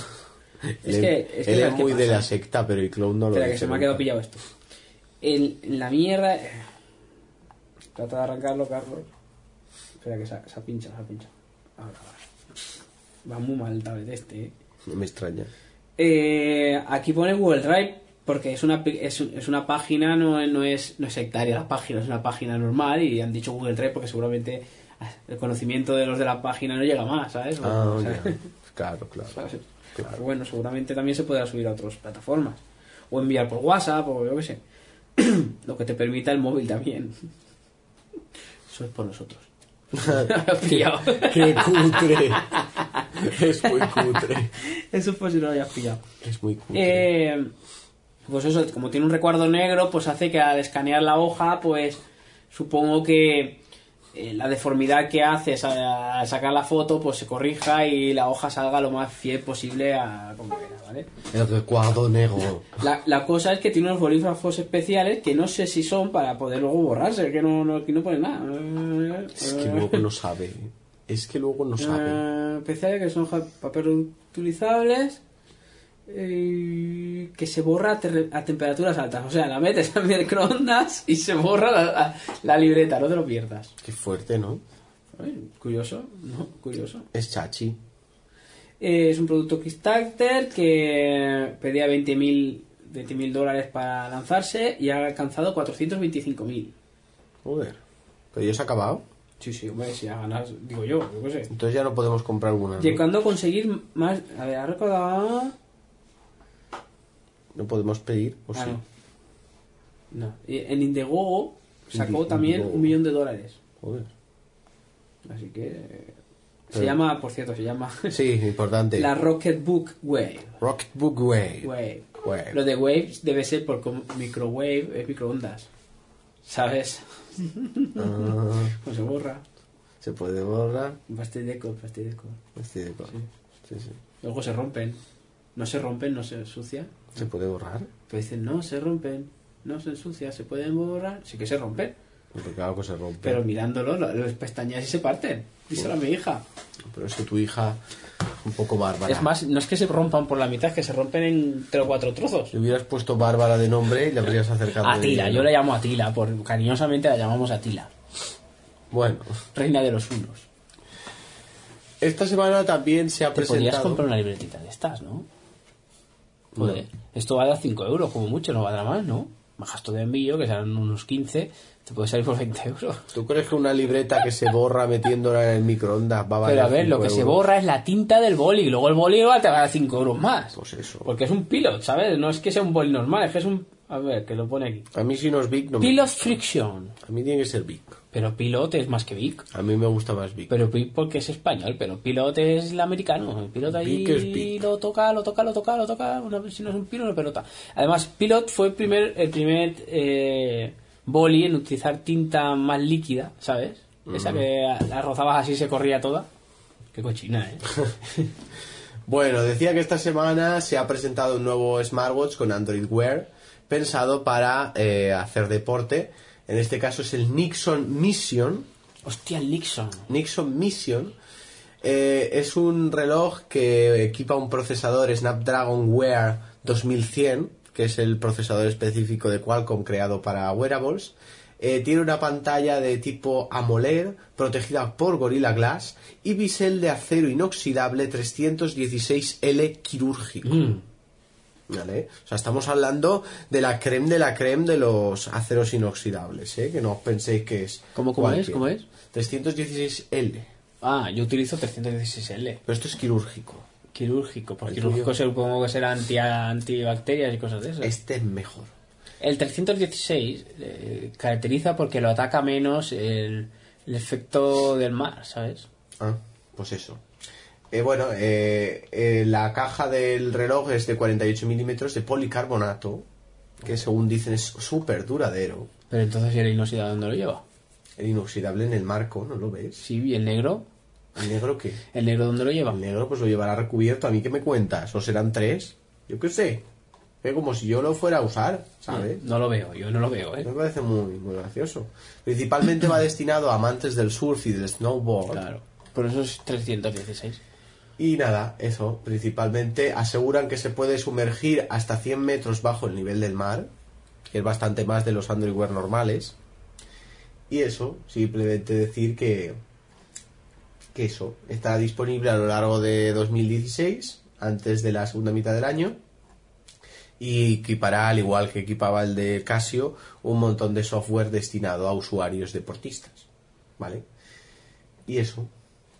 Él, Es que- es que él es ¿sabes qué muy de pasa? la secta, pero iCloud no lo Espera, dice. que se me ha nunca. quedado pillado esto. El, la mierda... eh, Trata de arrancarlo, Carlos. Espera, que se ha, se ha pinchado, se ha pinchado. Ahora, ahora. Va muy mal el tablet este, ¿eh? No me extraña. Eh, aquí pone Google Drive porque es una, pi- es, es una página, no, es- no, es, no es sectaria la página, es una página normal y han dicho Google Drive porque seguramente ah, el conocimiento de los de la página no llega más, ¿sabes? Ah, O sea, ya. Claro, claro. ¿sabes? Claro. Pero Bueno, seguramente también se podrá subir a otras plataformas o enviar por WhatsApp o yo qué sé. Lo que te permita el móvil también. Eso es por nosotros. Pillado. ¡Qué cutre! es muy cutre. Eso es por si no lo hayas pillado. Es muy cutre. Eh, pues eso, como tiene un recuerdo negro, pues hace que al escanear la hoja, pues supongo que eh, la deformidad que haces a- al sacar la foto, pues se corrija y la hoja salga lo más fiel posible a como era, ¿vale? El recuadro negro. La, la cosa es que tiene unos bolígrafos especiales que no sé si son para poder luego borrarse, que no, no, que no pone nada. Es que luego no sabe. Es que luego no sabe. Eh, especiales que son ja- papel utilizables eh, que se borra a, ter- a temperaturas altas. O sea, la metes al microondas y se borra la, la- la libreta, no te lo pierdas. Qué fuerte, ¿no? Ay, curioso, ¿no? Curioso. Es chachi. Eh, es un producto Kickstarter que pedía 20.000 20.000 dólares para lanzarse y ha alcanzado 425.000. Joder. Pero ya se ha acabado. Sí, sí, hombre, si ha ganado, digo yo, yo qué sé. Entonces ya no podemos comprar una. ¿no? Llegando a conseguir más... A ver, ha recaudado... No podemos pedir, o Ah, sí. no. No. Y En Indiegogo sacó Indi- también Indiegogo. un millón de dólares. Joder. Así que. eh, Se Pero- llama, por cierto, se llama. Sí, importante. La Rocketbook Wave. Rocketbook Wave. Wave. Wave. Lo de waves debe ser por com- microwave, es microondas. ¿Sabes? Ah, No se borra. se puede borrar. Pastideco, pastideco. Este de cosas. Sí, sí. Luego se rompen. No se rompen, no se ensucia. Se puede borrar. Pero dicen, no, se rompen. No se ensucia, se pueden borrar. Sí que se rompen. Porque claro que se rompe. Pero mirándolo, lo- los pestañas y se parten. Díselo a mi hija. Pero es que tu hija un poco bárbara. Es más, no es que se rompan por la mitad, es que se rompen en tres o cuatro trozos. Le hubieras puesto Bárbara de nombre y le habrías acercado. de Atila, lleno. Ah, yo la llamo Atila, por, cariñosamente la llamamos Atila, Bueno, reina de los unos. esta semana también se ha Te podrías presentado. comprar una libretita de estas, ¿no? No. Joder, Esto va a dar 5 euros, como mucho, no va a dar más, ¿no? Más gasto de envío, que serán unos 15, te puede salir por 20 euros. ¿Tú crees que una libreta que se borra metiéndola en el microondas va a valer Pero a ver, lo cinco que se euros? borra es la tinta del boli, luego el boli va- te va a dar 5 euros más. Pues eso. Porque es un pilot, ¿sabes? No es que sea un boli normal, es que es un... A ver, que lo pone aquí. A mí si no es Vic, no me- Pilot Friction. A mí tiene que ser Vic. Pero Pilot es más que Vic. A mí me gusta más Vic. Pero Vic porque es español, pero Pilot es el americano. El Pilot ahí Vic es Vic. lo toca, lo toca, lo toca, lo toca. Una, si no es un pilo, una pelota. Además, Pilot fue el primer, el primer eh, boli en utilizar tinta más líquida, ¿sabes? Esa que a- la rozabas así y se corría toda. Qué cochina, ¿eh? Bueno, decía que esta semana se ha presentado un nuevo smartwatch con Android Wear pensado para eh, hacer deporte. En este caso es el Nixon Mission. Hostia, el Nixon. Nixon Mission eh, es un reloj que equipa un procesador Snapdragon Wear 2100, que es el procesador específico de Qualcomm creado para wearables. Eh, tiene una pantalla de tipo AMOLED protegida por Gorilla Glass y bisel de acero inoxidable 316L quirúrgico. Mm. ¿Vale? O sea, estamos hablando de la creme de la creme de los aceros inoxidables, ¿eh? Que no os penséis que es. ¿Cómo, cómo es? cualquier. ¿Cómo es? 316L. Ah, yo utilizo 316L. Pero esto es quirúrgico. Quirúrgico, porque El tuyo. quirúrgico supongo que será anti, antibacterias y cosas de esas. Este es mejor. El 316 eh, caracteriza porque lo ataca menos el, el efecto del mar, ¿sabes? Ah, pues eso. Eh, bueno, eh, eh, la caja del reloj es de 48 milímetros de policarbonato. que según dicen es súper duradero. Pero entonces, ¿y el inoxidable dónde lo lleva? El inoxidable en el marco, ¿no lo ves? Sí, ¿y el negro? ¿El negro qué? ¿El negro dónde lo lleva? El negro pues lo llevará recubierto. ¿A mí qué me cuentas? ¿O serán tres? Yo qué sé. Es como si yo lo fuera a usar, ¿sabes? Eh, No lo veo, yo no lo veo, ¿eh? Me parece muy, muy gracioso. Principalmente va destinado a amantes del surf y del snowboard. Claro. Por eso es 316. Y nada, eso. Principalmente aseguran que se puede sumergir hasta 100 metros bajo el nivel del mar, que es bastante más de los Androidware normales. Y eso, simplemente decir que, que eso está disponible a lo largo de 2016, antes de la segunda mitad del año. Y equipará, al igual que equipaba el de Casio, un montón de software destinado a usuarios deportistas. ¿Vale? Y eso.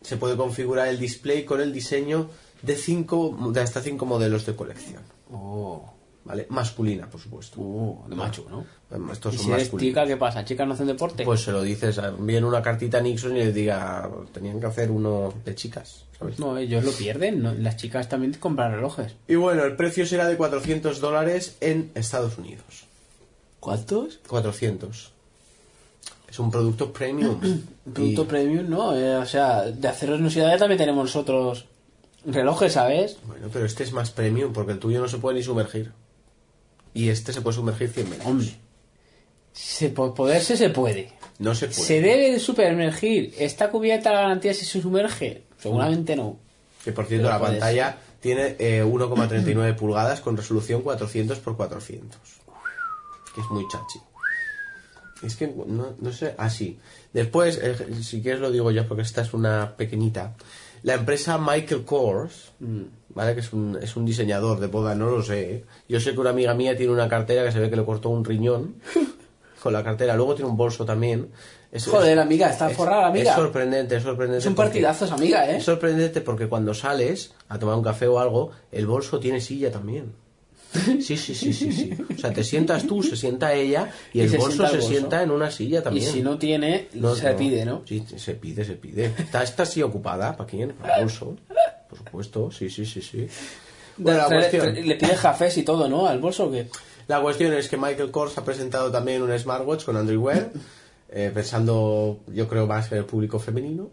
Se puede configurar el display con el diseño de, cinco, de hasta 5 modelos de colección. Oh, ¿Vale? Masculina, por supuesto. oh, de macho, ¿no? Estos Y son si eres masculinos. chica, ¿qué pasa? ¿Chicas no hacen deporte? Pues se lo dices, envíen una cartita a Nixon y les diga, tenían que hacer uno de chicas, ¿sabes? No, ellos lo pierden. ¿no? Las chicas también compran relojes. Y bueno, el precio será de 400 dólares en Estados Unidos. ¿Cuántos? 400. Es un producto premium. Producto Y- premium, no. eh, o sea, de acero inoxidable también tenemos nosotros relojes, ¿sabes? Bueno, pero este es más premium porque el tuyo no se puede ni sumergir. Y este se puede sumergir 100 metros. Hombre. Se, por poderse se puede. No se puede. ¿Se debe de supermergir? ¿Está cubierta la garantía si se sumerge? Seguramente no. Que por cierto, Pero la puede pantalla tiene eh, 1,39 pulgadas con resolución 400 x 400. Que es muy chachi. Es que no, no sé, así. Después, eh, si quieres lo digo yo porque esta es una pequeñita. La empresa Michael Kors, Mm. ¿vale? Que es un, es un diseñador de boda, no lo sé. ¿eh? Yo sé que una amiga mía tiene una cartera que se ve que le cortó un riñón con la cartera. Luego tiene un bolso también. Es, Joder, amiga, está es- forrada, amiga. Es sorprendente, es sorprendente. Es un porque- partidazos, amiga, ¿eh? es sorprendente porque cuando sales a tomar un café o algo, el bolso tiene silla también. Sí, sí, sí, sí, sí. O sea, te sientas tú, se sienta ella y, Y el se bolso sienta el se bolso. sienta en una silla Y también. si no tiene, se pide, ¿no? Sí, se pide, se pide. Está, está así ocupada, ¿para quién? Para el bolso. Por supuesto, sí, sí, sí, sí. Bueno, la Tra- cuestión, tra- Le pide cafés y todo, ¿no? Al bolso que... la cuestión es que Michael Kors ha presentado también un smartwatch con Android Wear, eh, pensando, yo creo, más en el público femenino.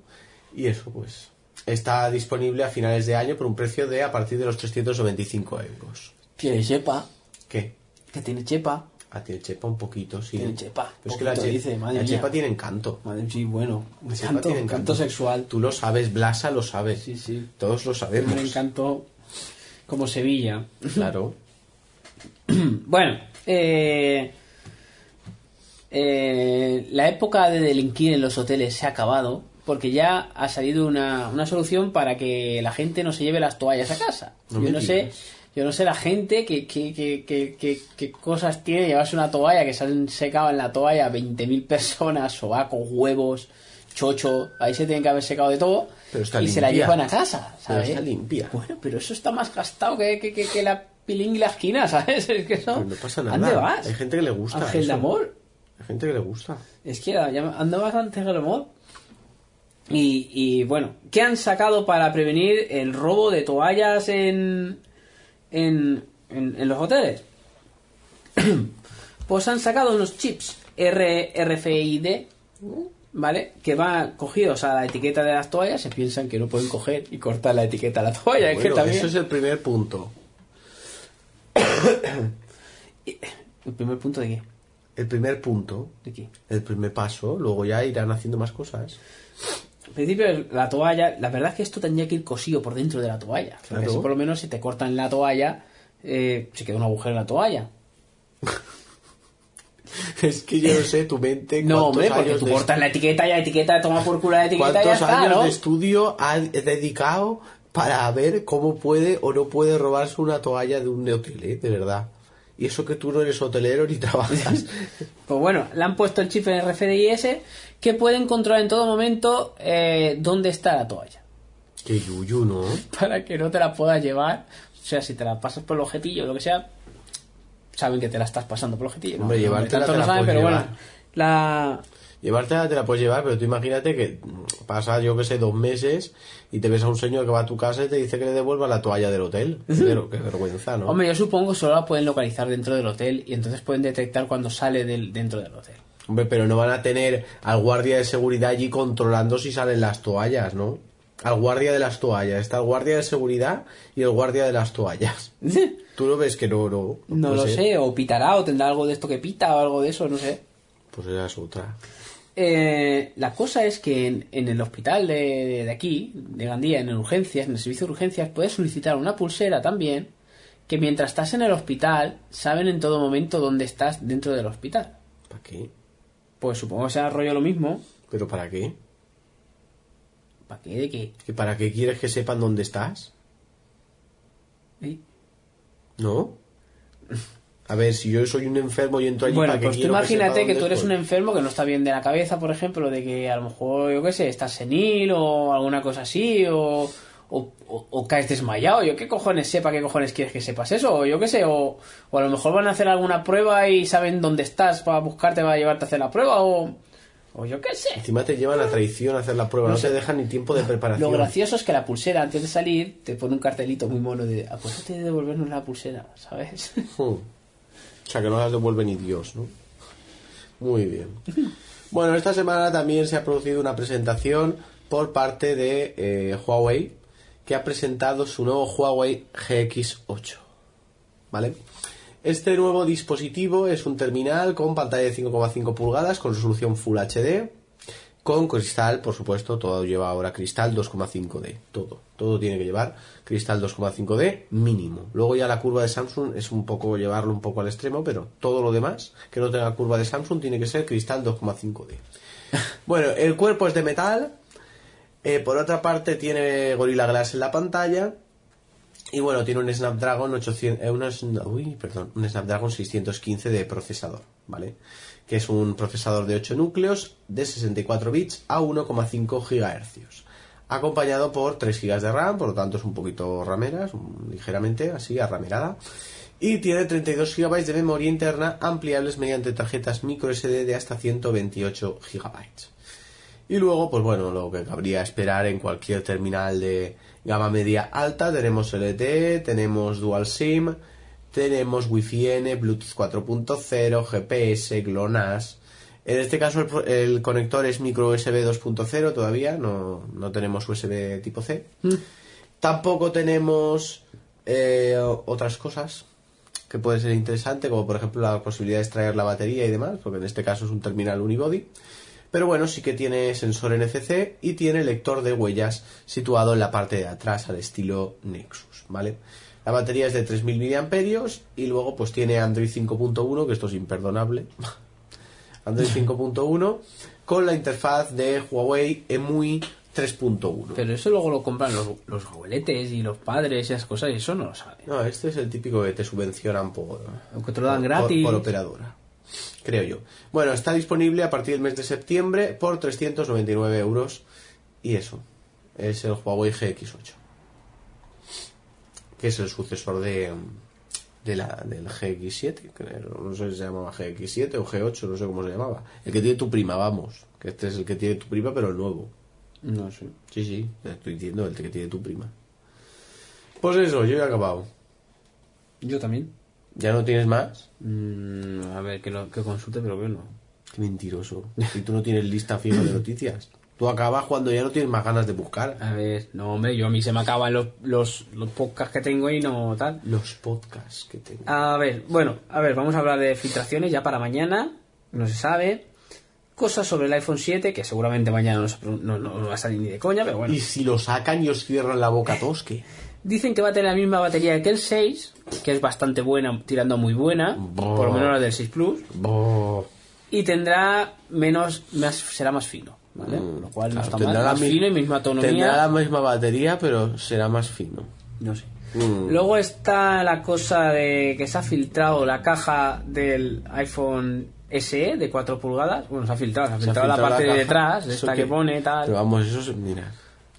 Y eso, pues, está disponible a finales de año por un precio de a partir de los 395 euros. Tiene chepa. ¿Qué? Que tiene chepa. Ah, tiene chepa un poquito, sí. Tiene chepa, Pero es que la, poquito, che- dice, madre la mía. chepa tiene encanto. Madre sí, bueno. Un La chepa encanto, tiene un encanto sexual. Tú lo sabes, Blasa lo sabe. Sí, sí. Todos lo sabemos. Un encanto como Sevilla. Claro. Bueno, eh, eh, la época de delinquir en los hoteles se ha acabado porque ya ha salido una, una solución para que la gente no se lleve las toallas a casa. No yo me no sé, digas. yo no sé la gente que, que, que, que, que- que cosas tiene llevarse una toalla que se han secado en la toalla 20.000 personas, sobacos, huevos, chocho, ahí se tienen que haber secado de todo Pero está y se la limpia. llevan a casa, Pero ¿sabes? está limpia. Bueno, pero eso está más gastado que, que, que, que la pilín y la esquina, ¿sabes? Es que eso... Pero Pues no pasa nada. ¿Dónde vas? Hay gente que le gusta Ángel eso. de amor. Hay gente que le gusta. Es que ya me- andabas antes del amor. Y, y bueno, ¿qué han sacado para prevenir el robo de toallas en, en, en, en los hoteles? pues han sacado unos chips R- RFID, ¿vale? Que van cogidos a la etiqueta de las toallas, se piensan que no pueden coger y cortar la etiqueta a la toalla. es que Bueno, también... Eso es el primer punto. ¿El primer punto de qué? El primer punto, ¿De qué? el primer paso, luego ya irán haciendo más cosas. Al principio la toalla, la verdad es que esto tendría que ir cosido por dentro de la toalla. Porque Claro. así por lo menos si te cortan la toalla, eh, se queda un agujero en la toalla. Es que yo no sé, tu mente. No, cuántos hombre, porque años tú de- cortas la etiqueta y la etiqueta toma por culo la etiqueta y ya ¿Cuántos está, años ¿no? de estudio ha dedicado para ver cómo puede o no puede robarse una toalla de un hotel, eh? de verdad? Y eso que tú no eres hotelero ni trabajas. Pues bueno, le han puesto el chip en RFDIS que pueden controlar en todo momento eh, dónde está la toalla. que yuyu, ¿no? Para que no te la puedas llevar. O sea, si te la pasas por el objetillo o lo que sea, saben que te la estás pasando por el objetillo. Hombre, No, llevártela tanto te no la saben, puedes pero llevar. bueno. La, Llevártela te la puedes llevar, pero tú imagínate que pasa, yo que sé, dos meses y te ves a un señor que va a tu casa y te dice que le devuelva la toalla del hotel. Pero qué vergüenza, ¿no? Hombre, yo supongo solo la pueden localizar dentro del hotel y entonces pueden detectar cuando sale del, dentro del hotel. Hombre, pero no van a tener al guardia de seguridad allí controlando si salen las toallas, ¿no? Al guardia de las toallas. Está el guardia de seguridad y el guardia de las toallas. Tú lo ves que no, no. No lo sé. sé, o pitará, o tendrá algo de esto que pita, o algo de eso, no sé. Pues era es otra. Eh, la cosa es que en, en el hospital de, de aquí, de Gandía, en urgencias, en el servicio de urgencias, puedes solicitar una pulsera también, que mientras estás en el hospital, saben en todo momento dónde estás dentro del hospital. ¿Para qué? Pues supongo que sea rollo lo mismo. ¿Pero para qué? ¿Para qué? ¿De qué? ¿Que ¿Para qué quieres que sepan dónde estás? ¿Sí? ¿No? A ver, si yo soy un enfermo y entro allí Bueno, ¿para qué pues tú quiero imagínate que, sepa tú dónde eres un estoy? enfermo que no está bien de la cabeza, por ejemplo, de que a lo mejor, yo qué sé, estás senil o alguna cosa así, o, o, o- o caes desmayado, yo qué cojones sepa, qué cojones quieres que sepas eso, o yo qué sé, o, o a lo mejor van a hacer alguna prueba y saben dónde estás para buscarte, para llevarte a hacer la prueba, o, o yo qué sé. Encima te llevan a traición a hacer la prueba, no, No sé. te dejan ni tiempo de Lo preparación. gracioso es que la pulsera, antes de salir, te pone un cartelito muy mono de acuérdate de devolvernos la pulsera, ¿sabes? Hmm. O sea, que no las devuelve ni Dios, ¿no? Muy bien. Bueno, esta semana también se ha producido una presentación por parte de eh, Huawei, que ha presentado su nuevo Huawei GX8. ¿Vale? Este nuevo dispositivo es un terminal con pantalla de 5,5 pulgadas, con resolución Full HD, con cristal, por supuesto, todo lleva ahora cristal 2,5D, todo, todo tiene que llevar cristal 2,5D mínimo. Luego ya la curva de Samsung es un poco llevarlo un poco al extremo, pero todo lo demás que no tenga curva de Samsung tiene que ser cristal 2,5D. Bueno, el cuerpo es de metal, eh, por otra parte tiene Gorilla Glass en la pantalla y bueno, tiene un Snapdragon 800, eh, una Sna- uy, perdón, un Snapdragon 615 de procesador, ¿vale? Que es un procesador de 8 núcleos de 64 bits a 1,5 GHz. Acompañado por 3 GB de RAM, por lo tanto es un poquito rameras, un- ligeramente así, arramerada. Y tiene 32 GB de memoria interna ampliables mediante tarjetas microSD de hasta 128 GB. Y luego, pues bueno, lo que cabría esperar en cualquier terminal de gama media alta, tenemos LTE, tenemos Dual SIM, tenemos Wi-Fi N, Bluetooth 4.0, GPS, GLONASS. En este caso el, pro- el conector es micro USB 2.0 todavía, no, no tenemos USB tipo C. Tampoco tenemos eh, otras cosas que pueden ser interesantes, como por ejemplo la posibilidad de extraer la batería y demás, porque en este caso es un terminal unibody. Pero bueno, sí que tiene sensor NFC y tiene lector de huellas situado en la parte de atrás al estilo Nexus, ¿vale? La batería es de 3.000 mAh y luego pues tiene Android 5.1, que esto es imperdonable. Android 5.1 con la interfaz de Huawei E EMUI 3.1. Pero eso luego lo compran los, los abueletes y los padres y esas cosas, y eso no lo saben. No, este es el típico que te subvencionan por... Aunque te lo dan por- gratis. Por, operadora, creo yo. Bueno, está disponible a partir del mes de septiembre por 399 euros. Y eso, es el Huawei GX8. Que es el sucesor de, de la, del GX7, creo. No sé si se llamaba GX7 o G8, no sé cómo se llamaba. El que tiene tu prima, vamos. Que este es el que tiene tu prima, pero el nuevo. No sé. Sí, sí, te estoy diciendo el que tiene tu prima. Pues eso, yo he acabado. Yo también. ¿Ya no tienes más? Mm, a ver, que, lo, que consulte, pero que no. Qué mentiroso. Si tú no tienes lista fija de noticias. Tú acabas cuando ya no tienes más ganas de buscar. A ver, no, hombre, yo a mí se me acaban los, los, los podcasts que tengo y no tal. Los podcasts que tengo. A ver, bueno, a ver, vamos a hablar de filtraciones ya para mañana, no se sabe. Cosas sobre el iPhone 7, que seguramente mañana no, se- no- no- no va a salir ni de coña, pero bueno. Y si lo sacan y os cierran la boca tosque. Dicen que va a tener la misma batería que el 6, que es bastante buena, tirando a muy buena, Buah. por lo menos la del 6 Plus. y tendrá menos más será más fino ¿vale? Mm, lo cual no está mal más fino y misma Tendrá la autonomía misma batería, pero será más fino. no sé Mm. luego está la cosa de que se ha filtrado la caja del iPhone SE de 4 pulgadas bueno se ha filtrado se ha Se ha filtrado la filtrado parte de caja. detrás Eso esta que pone tal Pero vamos, eso es... Mira.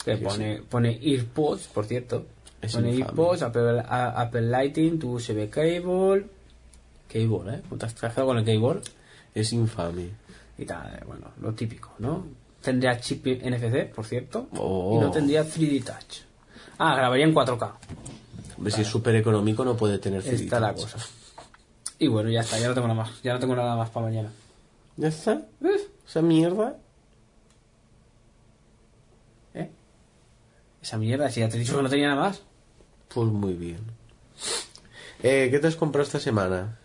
que Sí, pone, pone EarPods, por cierto. Es pone infame. EarPods, Apple, a- Apple Lighting, tu USB Cable. Cable, ¿eh? ¿Cómo te has trabajado con el cable? Es infame. y tal, eh, bueno, lo típico, ¿no? Tendría chip NFC, por cierto, Oh. y no tendría 3D Touch. Ah, grabaría en 4K. Hombre, si es súper económico no puede tener CD Está la touch. cosa. Y bueno, ya está, ya no tengo nada más, ya no tengo nada más para mañana. ¿Ya está? ¿Ves? ¿Esa mierda? ¿Eh? Esa mierda, si ya te he dicho que no tenía nada más. Pues muy bien. Eh, ¿Qué te has comprado esta semana?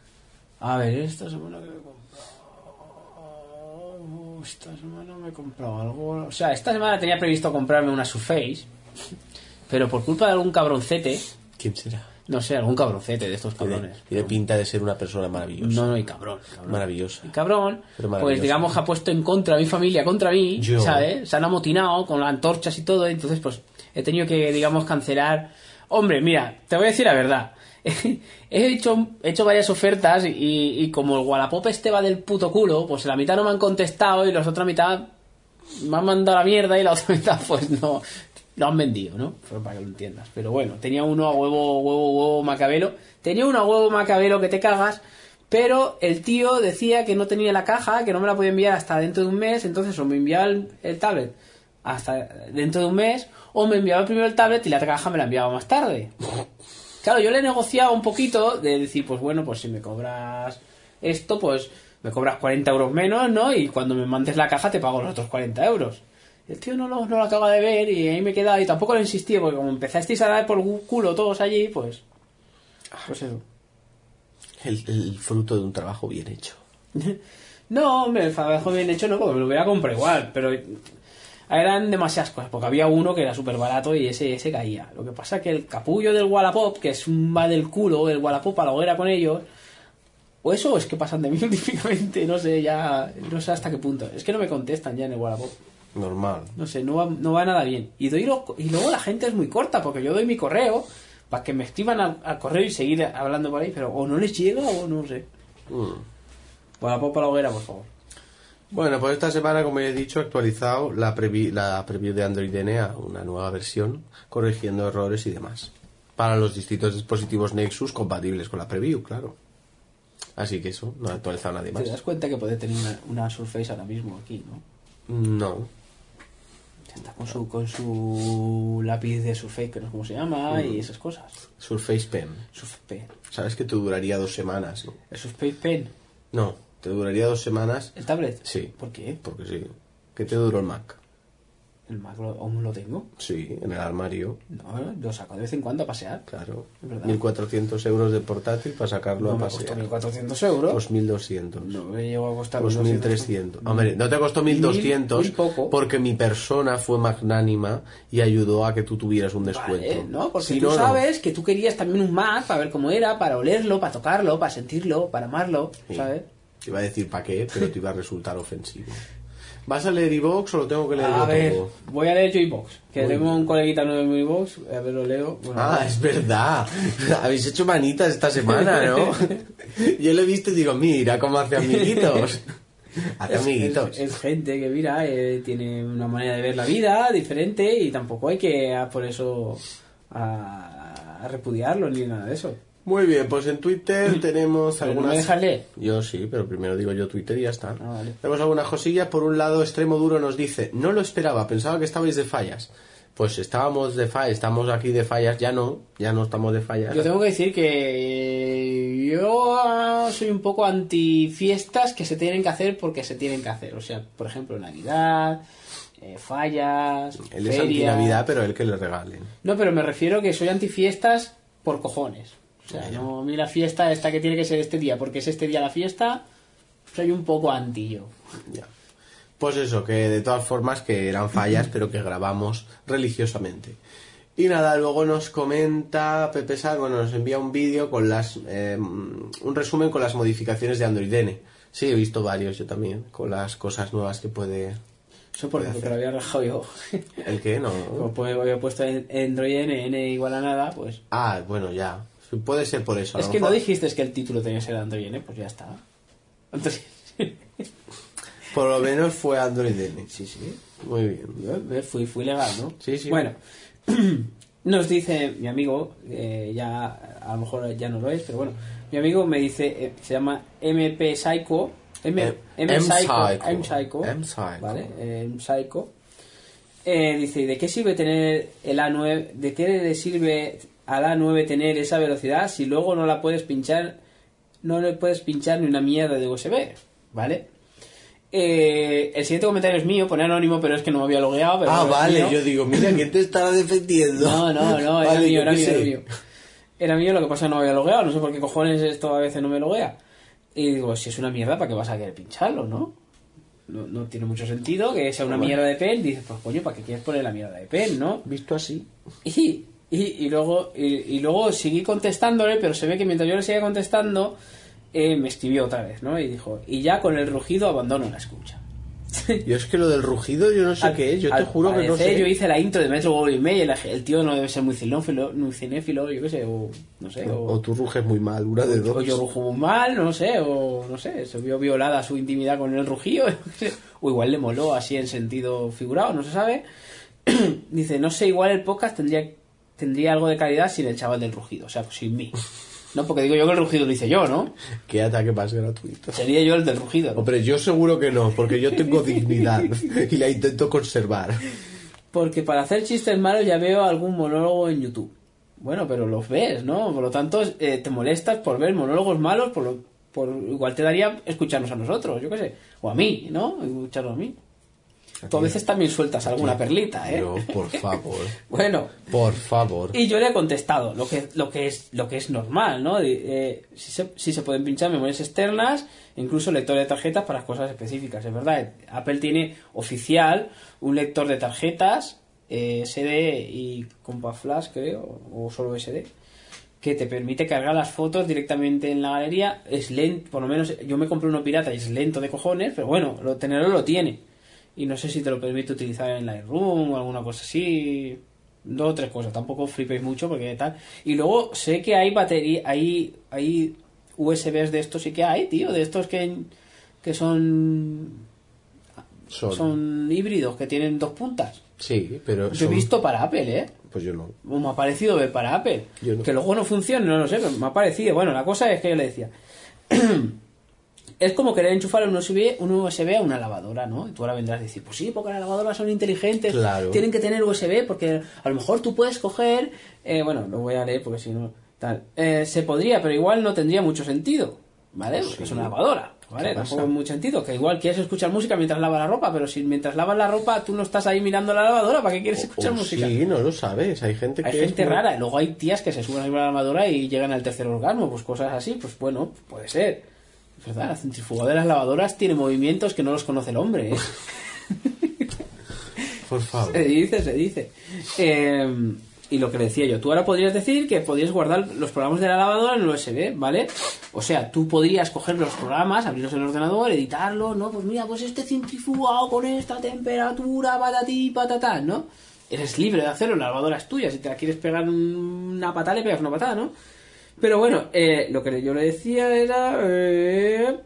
A ver, esta semana que me he comprado. Esta semana me he comprado algo. O sea, esta semana tenía previsto comprarme una Surface. Pero por culpa de algún cabroncete. ¿Quién será? No sé, algún cabroncete de estos Tiene, cabrones. tiene pinta de ser una persona maravillosa. No, no, y cabrón. cabrón. Maravillosa. Y cabrón, Pero maravilloso. pues digamos que ha puesto en contra a mi familia, contra mí, Yo. ¿sabes? Se han amotinado con las antorchas y todo, entonces pues he tenido que, digamos, cancelar. Hombre, mira, te voy a decir la verdad. he, hecho, he hecho varias ofertas y, y como el Wallapop este va del puto culo, pues la mitad no me han contestado y la otra mitad me han mandado a la mierda y la otra mitad pues no lo han vendido, ¿no? Pero para que lo entiendas. Pero bueno, tenía uno a huevo, huevo, huevo macabelo. Tenía uno a huevo macabelo que te cagas, pero el tío decía que no tenía la caja, que no me la podía enviar hasta dentro de un mes, entonces o me enviaba el, el tablet hasta dentro de un mes, o me enviaba primero el tablet y la caja me la enviaba más tarde. Claro, yo le he negociado un poquito de decir, pues bueno, pues si me cobras esto, pues me cobras 40 euros menos, ¿no? Y cuando me mandes la caja te pago los otros 40 euros. El tío no lo, no lo acaba de ver y ahí me he quedado y tampoco lo insistí porque como empezasteis a dar por culo todos allí, pues... Pues eso. El, el fruto de un trabajo bien hecho. No, hombre, el trabajo bien hecho no, porque me lo hubiera comprado igual, pero eran demasiadas cosas, porque había uno que era súper barato y ese, ese caía. Lo que pasa que el capullo del Wallapop, que es un va del culo, el Wallapop a la hoguera con ellos, o eso es que pasan de mí típicamente, no sé, ya, no sé hasta qué punto. Es que no me contestan ya en el Wallapop. Normal. No sé, no va, no va nada bien. Y, doy lo- y luego la gente es muy corta, porque yo doy mi correo para que me escriban al, al correo y seguir hablando por ahí, pero o no les llega o no sé. Mm. Wallapop a la hoguera, por favor. Bueno, pues esta semana, como ya he dicho, he actualizado la, previ- la preview de Android N a una nueva versión, corrigiendo errores y demás. Para los distintos dispositivos Nexus compatibles con la preview, claro. Así que eso, no he actualizado nada ¿Te das más. cuenta que puede tener una, una Surface ahora mismo aquí, no? No. Ya está con su, con su lápiz de Surface, que no sé cómo se llama, Mm. y esas cosas. Surface Pen. Surface Pen. Sabes que te duraría dos semanas. ¿no? ¿El Surface Pen? No, te duraría dos semanas. ¿El tablet? Sí. ¿Por qué? Porque sí. ¿Qué te duró el Mac? ¿El Mac lo- aún lo tengo? Sí, en el armario. No, lo saco de vez en cuando a pasear. Claro. Es verdad. 1.400 euros de portátil para sacarlo No a me costó pasear. Pues, 1.400 euros. 2.200. no me llegó a costar 2.300. pues Hombre, no te costó Mil- mil 1.200 poco. porque mi persona fue magnánima y ayudó a que tú tuvieras un descuento. Vale, ¿no? Porque Si tú no, no. sabes que tú querías también un Mac para ver cómo era, para olerlo, para tocarlo, para sentirlo, para amarlo, Sí. ¿sabes? Te iba a decir para qué, pero te iba a resultar ofensivo. ¿Vas a leer iVox o lo tengo que leer yo A ver, todo? voy a leer yo iBox. Que Muy tengo un coleguita nuevo en mi iBox. A ver, lo leo. Bueno, Ah, es verdad. Habéis hecho manitas esta semana, ¿no? Yo lo he visto y digo, mira cómo hace amiguitos. Hace es, amiguitos. es- es gente que, mira, eh, tiene una manera de ver la vida diferente y tampoco hay que, ah, por eso, a, a repudiarlo ni nada de eso. Muy bien, pues en Twitter tenemos Pero no algunas... me dejas leer. Yo sí, pero primero digo yo Twitter y ya está. Ah, vale. Tenemos algunas cosillas. Por un lado, Extremo Duro nos dice, no lo esperaba, pensaba que estabais de fallas. Pues estábamos de fallas, estamos aquí de fallas, ya no, ya no estamos de fallas. Yo tengo que decir que eh, yo ah, soy un poco anti fiestas que se tienen que hacer porque se tienen que hacer. O sea, por ejemplo, Navidad, eh, fallas, Él es ferias. anti-Navidad, pero el que le regalen. No, pero me refiero que soy antifiestas por cojones. O sea, Ya, ya. no, a mí la fiesta esta que tiene que ser este día, porque es este día la fiesta, soy un poco anti yo. Ya. Pues eso, que de todas formas que eran fallas, pero que grabamos religiosamente. Y nada, luego nos comenta Pepe Sar, bueno, nos envía un vídeo con las. eh, un resumen con las modificaciones de Android N. Sí, he visto varios yo también, con las cosas nuevas que puede. Eso porque, porque lo había rajado yo. ¿El qué? No. Como pues había puesto en Android N, N igual a nada, pues... Ah, bueno, ya. Sí, Puede ser por eso. a Es lo que no mejor. dijiste que el título tenía que ser Android N, pues ya está. Entonces... Por lo menos fue Android N. sí, sí. Muy bien. Yo, eh, Fui, fui legal, ¿no? Sí, sí. Bueno, nos dice mi amigo, eh, ya a lo mejor ya no lo es, pero bueno, mi amigo me dice, eh, se llama MP Psycho, M, Eh, M M Psycho, Psycho. M Psycho, M Psycho. ¿vale? Eh, M Psycho. Eh, dice, ¿de qué sirve tener el A9? ¿De qué le sirve al A9 tener esa velocidad si luego no la puedes pinchar? No le puedes pinchar ni una mierda de USB, ¿vale? Eh, el siguiente comentario es mío, pone anónimo, pero es que no me había logueado. Pero Ah, bueno, es vale, mío. yo digo, mira, ¿quién te estará defendiendo? No, no, no, era Vale, mío, yo era qué mío, era sé. mío. Era mío, lo que pasa es que no me había logueado, no sé por qué cojones esto a veces no me loguea. Y digo, si es una mierda, ¿para qué vas a querer pincharlo, no? No, no tiene mucho sentido que sea una Bueno. mierda de pen. Dices, pues coño, ¿para qué quieres poner la mierda de pen, no? Visto así. Y, y, y luego, y, y luego seguí contestándole, pero se ve que mientras yo le seguía contestando, eh, me escribió otra vez, ¿no? Y dijo, y ya con el rugido abandono la escucha. Yo es que lo del rugido, yo no sé Al- qué es, yo te al juro que no parecer, sé. Yo hice la intro de Metro Goldwyn Mayer, la- el tío no debe ser muy cinéfilo, muy cinéfilo yo qué sé, o no sé, o, O, o tú ruges muy mal, una de dos. o yo rujo mal, no sé, o no sé, se vio violada su intimidad con el rugido, yo qué sé. o igual le moló así en sentido figurado, no se sabe. Dice, no sé, igual el podcast tendría, tendría algo de calidad sin el chaval del rugido, o sea, pues sin mí. No, porque digo yo que el rugido lo hice yo, ¿no? Qué ataque más gratuito. Sería yo el del rugido. ¿no? Hombre, yo seguro que no, porque yo tengo dignidad y la intento conservar. Porque para hacer chistes malos ya veo algún monólogo en YouTube. Bueno, pero los ves, ¿no? Por lo tanto, eh, te molestas por ver monólogos malos, por, lo- por igual te daría escucharnos a nosotros, yo qué sé. O a mí, ¿no? Escucharnos a mí. Tú a veces también sueltas alguna perlita, ¿eh? Yo, por favor, Bueno, por favor. y yo le he contestado lo que, lo que, es, lo que es normal, ¿no? De, eh, si, se, si se pueden pinchar memorias externas, incluso lector de tarjetas para cosas específicas. Es verdad, Apple tiene oficial un lector de tarjetas, eh, SD y compa flash, creo, o solo SD, que te permite cargar las fotos directamente en la galería. Es lento, por lo menos yo me compré uno pirata y es lento de cojones, pero bueno, lo, tenerlo lo tiene. Y no sé si te lo permite utilizar en Lightroom o alguna cosa así. Dos o tres cosas, tampoco flipéis mucho porque tal. Y luego sé que hay batería, hay, hay USBs de estos sí que hay, tío, de estos que, que son, Son- son híbridos, que tienen dos puntas. Sí, pero. Yo he Pues son- visto para Apple, ¿eh? Pues yo no. O me ha parecido ver para Apple. Yo no. Que luego no funciona, no lo sé, pero me ha parecido. Bueno, la cosa es que yo le decía. es como querer enchufar un USB, un USB a una lavadora, ¿no? Y tú ahora vendrás a decir, pues sí, porque las lavadoras son inteligentes. Claro. Tienen que tener USB porque a lo mejor tú puedes coger. eh, bueno, lo voy a leer porque si no. Tal. Eh, se podría, pero igual no tendría mucho sentido. ¿Vale? Pues sí. Es una lavadora. ¿Vale? ¿Qué pasa? Tampoco mucho sentido. Que igual quieres escuchar música mientras lavas la ropa, pero si mientras lavas la ropa tú no estás ahí mirando la lavadora, ¿para qué quieres escuchar O música? Sí, no lo sabes. Hay gente que. Hay es gente muy- rara, luego hay tías que se suben arriba de la armadura y llegan al tercer orgasmo, pues cosas así, pues bueno, puede ser. Es verdad, la centrifugadora de las lavadoras tiene movimientos que no los conoce el hombre. ¿eh? Por favor. se dice, se dice. Eh, y lo que le decía yo, tú ahora podrías decir que podrías guardar los programas de la lavadora en el USB, ¿vale? O sea, tú podrías coger los programas, abrirlos en el ordenador, editarlos, ¿no? Pues mira, pues este centrifugado con esta temperatura, patatí, patatá, ¿no? Eres libre de hacerlo, la lavadora es tuya. Si te la quieres pegar una patada, le pegas una patada, ¿no? Pero bueno, eh, lo que yo le decía era... eh,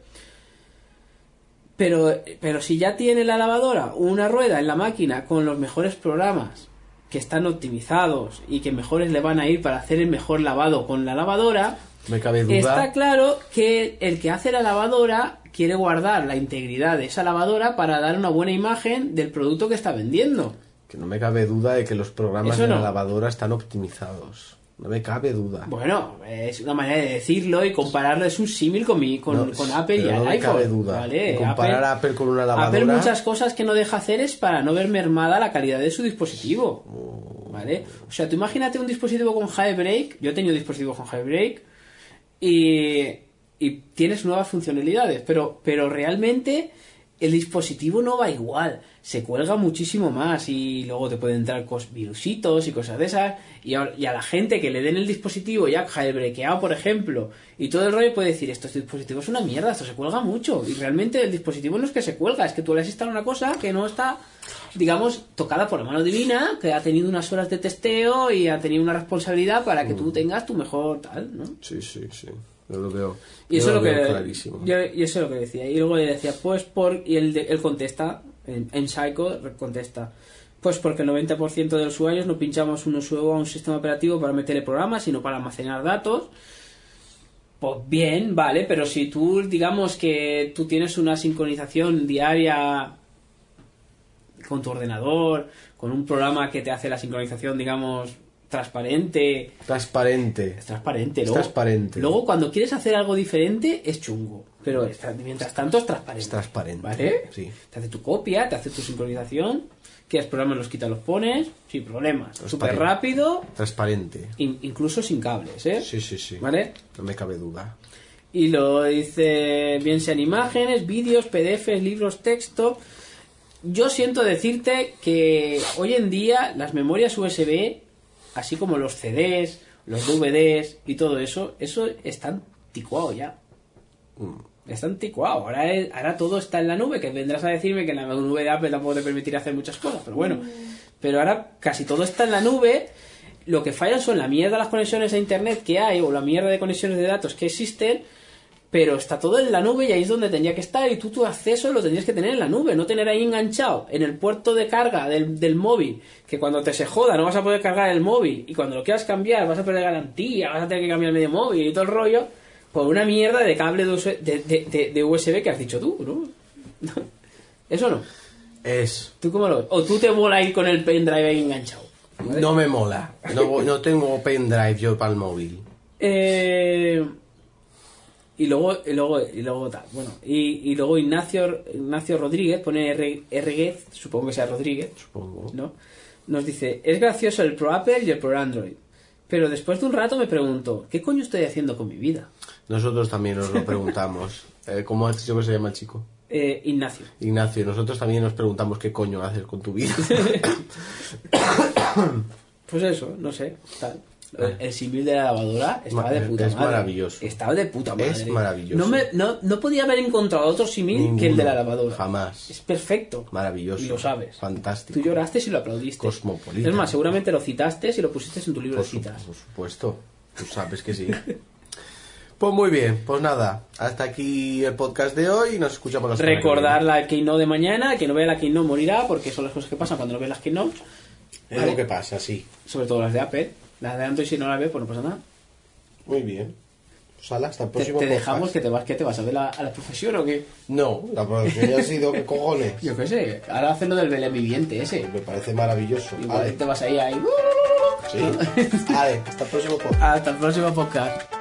pero, pero si ya tiene la lavadora una rueda en la máquina con los mejores programas que están optimizados y que mejores le van a ir para hacer el mejor lavado con la lavadora, Me cabe duda. está claro que el que hace la lavadora quiere guardar la integridad de esa lavadora para dar una buena imagen del producto que está vendiendo. Que no me cabe duda de que los programas Eso de la no. lavadora están optimizados. No me cabe duda. Bueno, es una manera de decirlo y compararlo es un símil con, mi- con, No, con Apple y pero no el me iPhone. cabe duda. ¿vale? Comparar a Apple con una lavadora- Apple muchas cosas que no deja hacer es para no ver mermada la calidad de su dispositivo. ¿Vale? O sea, tú imagínate un dispositivo con Jailbreak. Yo he tenido dispositivos con Jailbreak. Y, y tienes nuevas funcionalidades, pero, pero realmente el dispositivo no va igual, se cuelga muchísimo más y luego te pueden entrar cos virusitos y cosas de esas y a, y a la gente que le den el dispositivo ya jailbreakado, por ejemplo, y todo el rollo puede decir, estos dispositivos son una mierda, esto se cuelga mucho y realmente el dispositivo no es que se cuelga, es que tú le has instalado una cosa que no está digamos, tocada por la mano divina, que ha tenido unas horas de testeo y ha tenido una responsabilidad para que tú tengas tu mejor tal, ¿no? Sí, sí, sí. Yo lo veo. Y yo eso, es lo que, veo clarísimo. yo, y eso es lo que decía. Y luego le decía, pues por... Y él, de- él contesta, en, en Psycho contesta, pues porque el 90% de los usuarios no pinchamos un usuario a un sistema operativo para meterle programas, sino para almacenar datos. Pues bien, vale, pero si tú, digamos que tú tienes una sincronización diaria con tu ordenador, con un programa que te hace la sincronización, digamos, transparente. Transparente. Es transparente, Es luego. transparente. Luego, cuando quieres hacer algo diferente, es chungo. Pero es tra- mientras tanto es transparente. Es transparente. ¿Vale? Sí. Te hace tu copia, te hace tu sincronización. Quieres programas, los quitas, los pones, sin problemas. Súper Transparente. rápido, Transparente. in- incluso sin cables, ¿eh? Sí, sí, sí. ¿Vale? No me cabe duda. Y lo dice, bien sean imágenes, vídeos, PDFs, libros, texto. Yo siento decirte que hoy en día las memorias USB, así como los CDs, los DVDs y todo eso, eso está anticuado ya. Está anticuado. Ahora, es- ahora todo está en la nube, que vendrás a decirme que en la nube de Apple tampoco te permitirá hacer muchas cosas, pero bueno. Pero ahora casi todo está en la nube. Lo que fallan son la mierda de las conexiones a internet que hay, o la mierda de conexiones de datos que existen, pero está todo en la nube y ahí es donde tendría que estar y tú tu acceso lo tendrías que tener en la nube, no tener ahí enganchado en el puerto de carga del, del móvil, que cuando te se joda no vas a poder cargar el móvil y cuando lo quieras cambiar vas a perder garantía, vas a tener que cambiar medio móvil y todo el rollo, por una mierda de cable de, US de, de- de- de USB que has dicho tú, ¿no? Eso no. Es. ¿Tú cómo lo ves? O tú te mola ir con el pendrive ahí enganchado. No me mola. No, vo- no tengo pendrive yo para el móvil. Eh, y luego, y luego, y luego tal. Bueno, y, y luego Ignacio, Ignacio Rodríguez, pone R, Rguez, supongo que sea Rodríguez, Supongo. ¿no? Nos dice, es gracioso el pro Apple y el pro Android. Pero después de un rato me pregunto, ¿qué coño estoy haciendo con mi vida? Nosotros también nos lo preguntamos. Eh, ¿Cómo has dicho que se llama el chico? Eh, Ignacio. Ignacio, nosotros también nos preguntamos qué coño haces con tu vida. Pues eso, no sé, tal. Ah. El símil de la lavadora estaba Ma- de puta es madre. maravilloso. Estaba de puta madre. Es maravilloso. No, me- no, no podía haber encontrado otro símil que el de la Ninguno, lavadora. jamás. Es perfecto. Maravilloso. Y lo sabes. Fantástico. Tú lloraste si lo aplaudiste. Cosmopolita. Es más, seguramente lo citaste si lo pusiste en tu libro Por, de su- citas. por supuesto. Tú sabes que sí. Pues muy bien, pues nada, hasta aquí el podcast de hoy y nos escuchamos la semana que Recordar la Keynote de mañana, el que no vea la Keynote morirá, porque son las cosas que pasan cuando no ves las Keynote, viene. Es lo que pasa, sí. sobre todo las de Apple. Las de Android si no las ves, pues no pasa nada. Muy bien. Pues ala, hasta el Te, próximo te podcast. dejamos que te vas, que te vas a ver la- a la profesión o qué. No, la producción ya ha sido que cojones. Yo qué sé, ahora hacen lo del Belén viviente ese. Me parece maravilloso. Igual Vale, te vas ahí, ahí. sí. Vale, hasta el próximo podcast. Hasta el próximo podcast.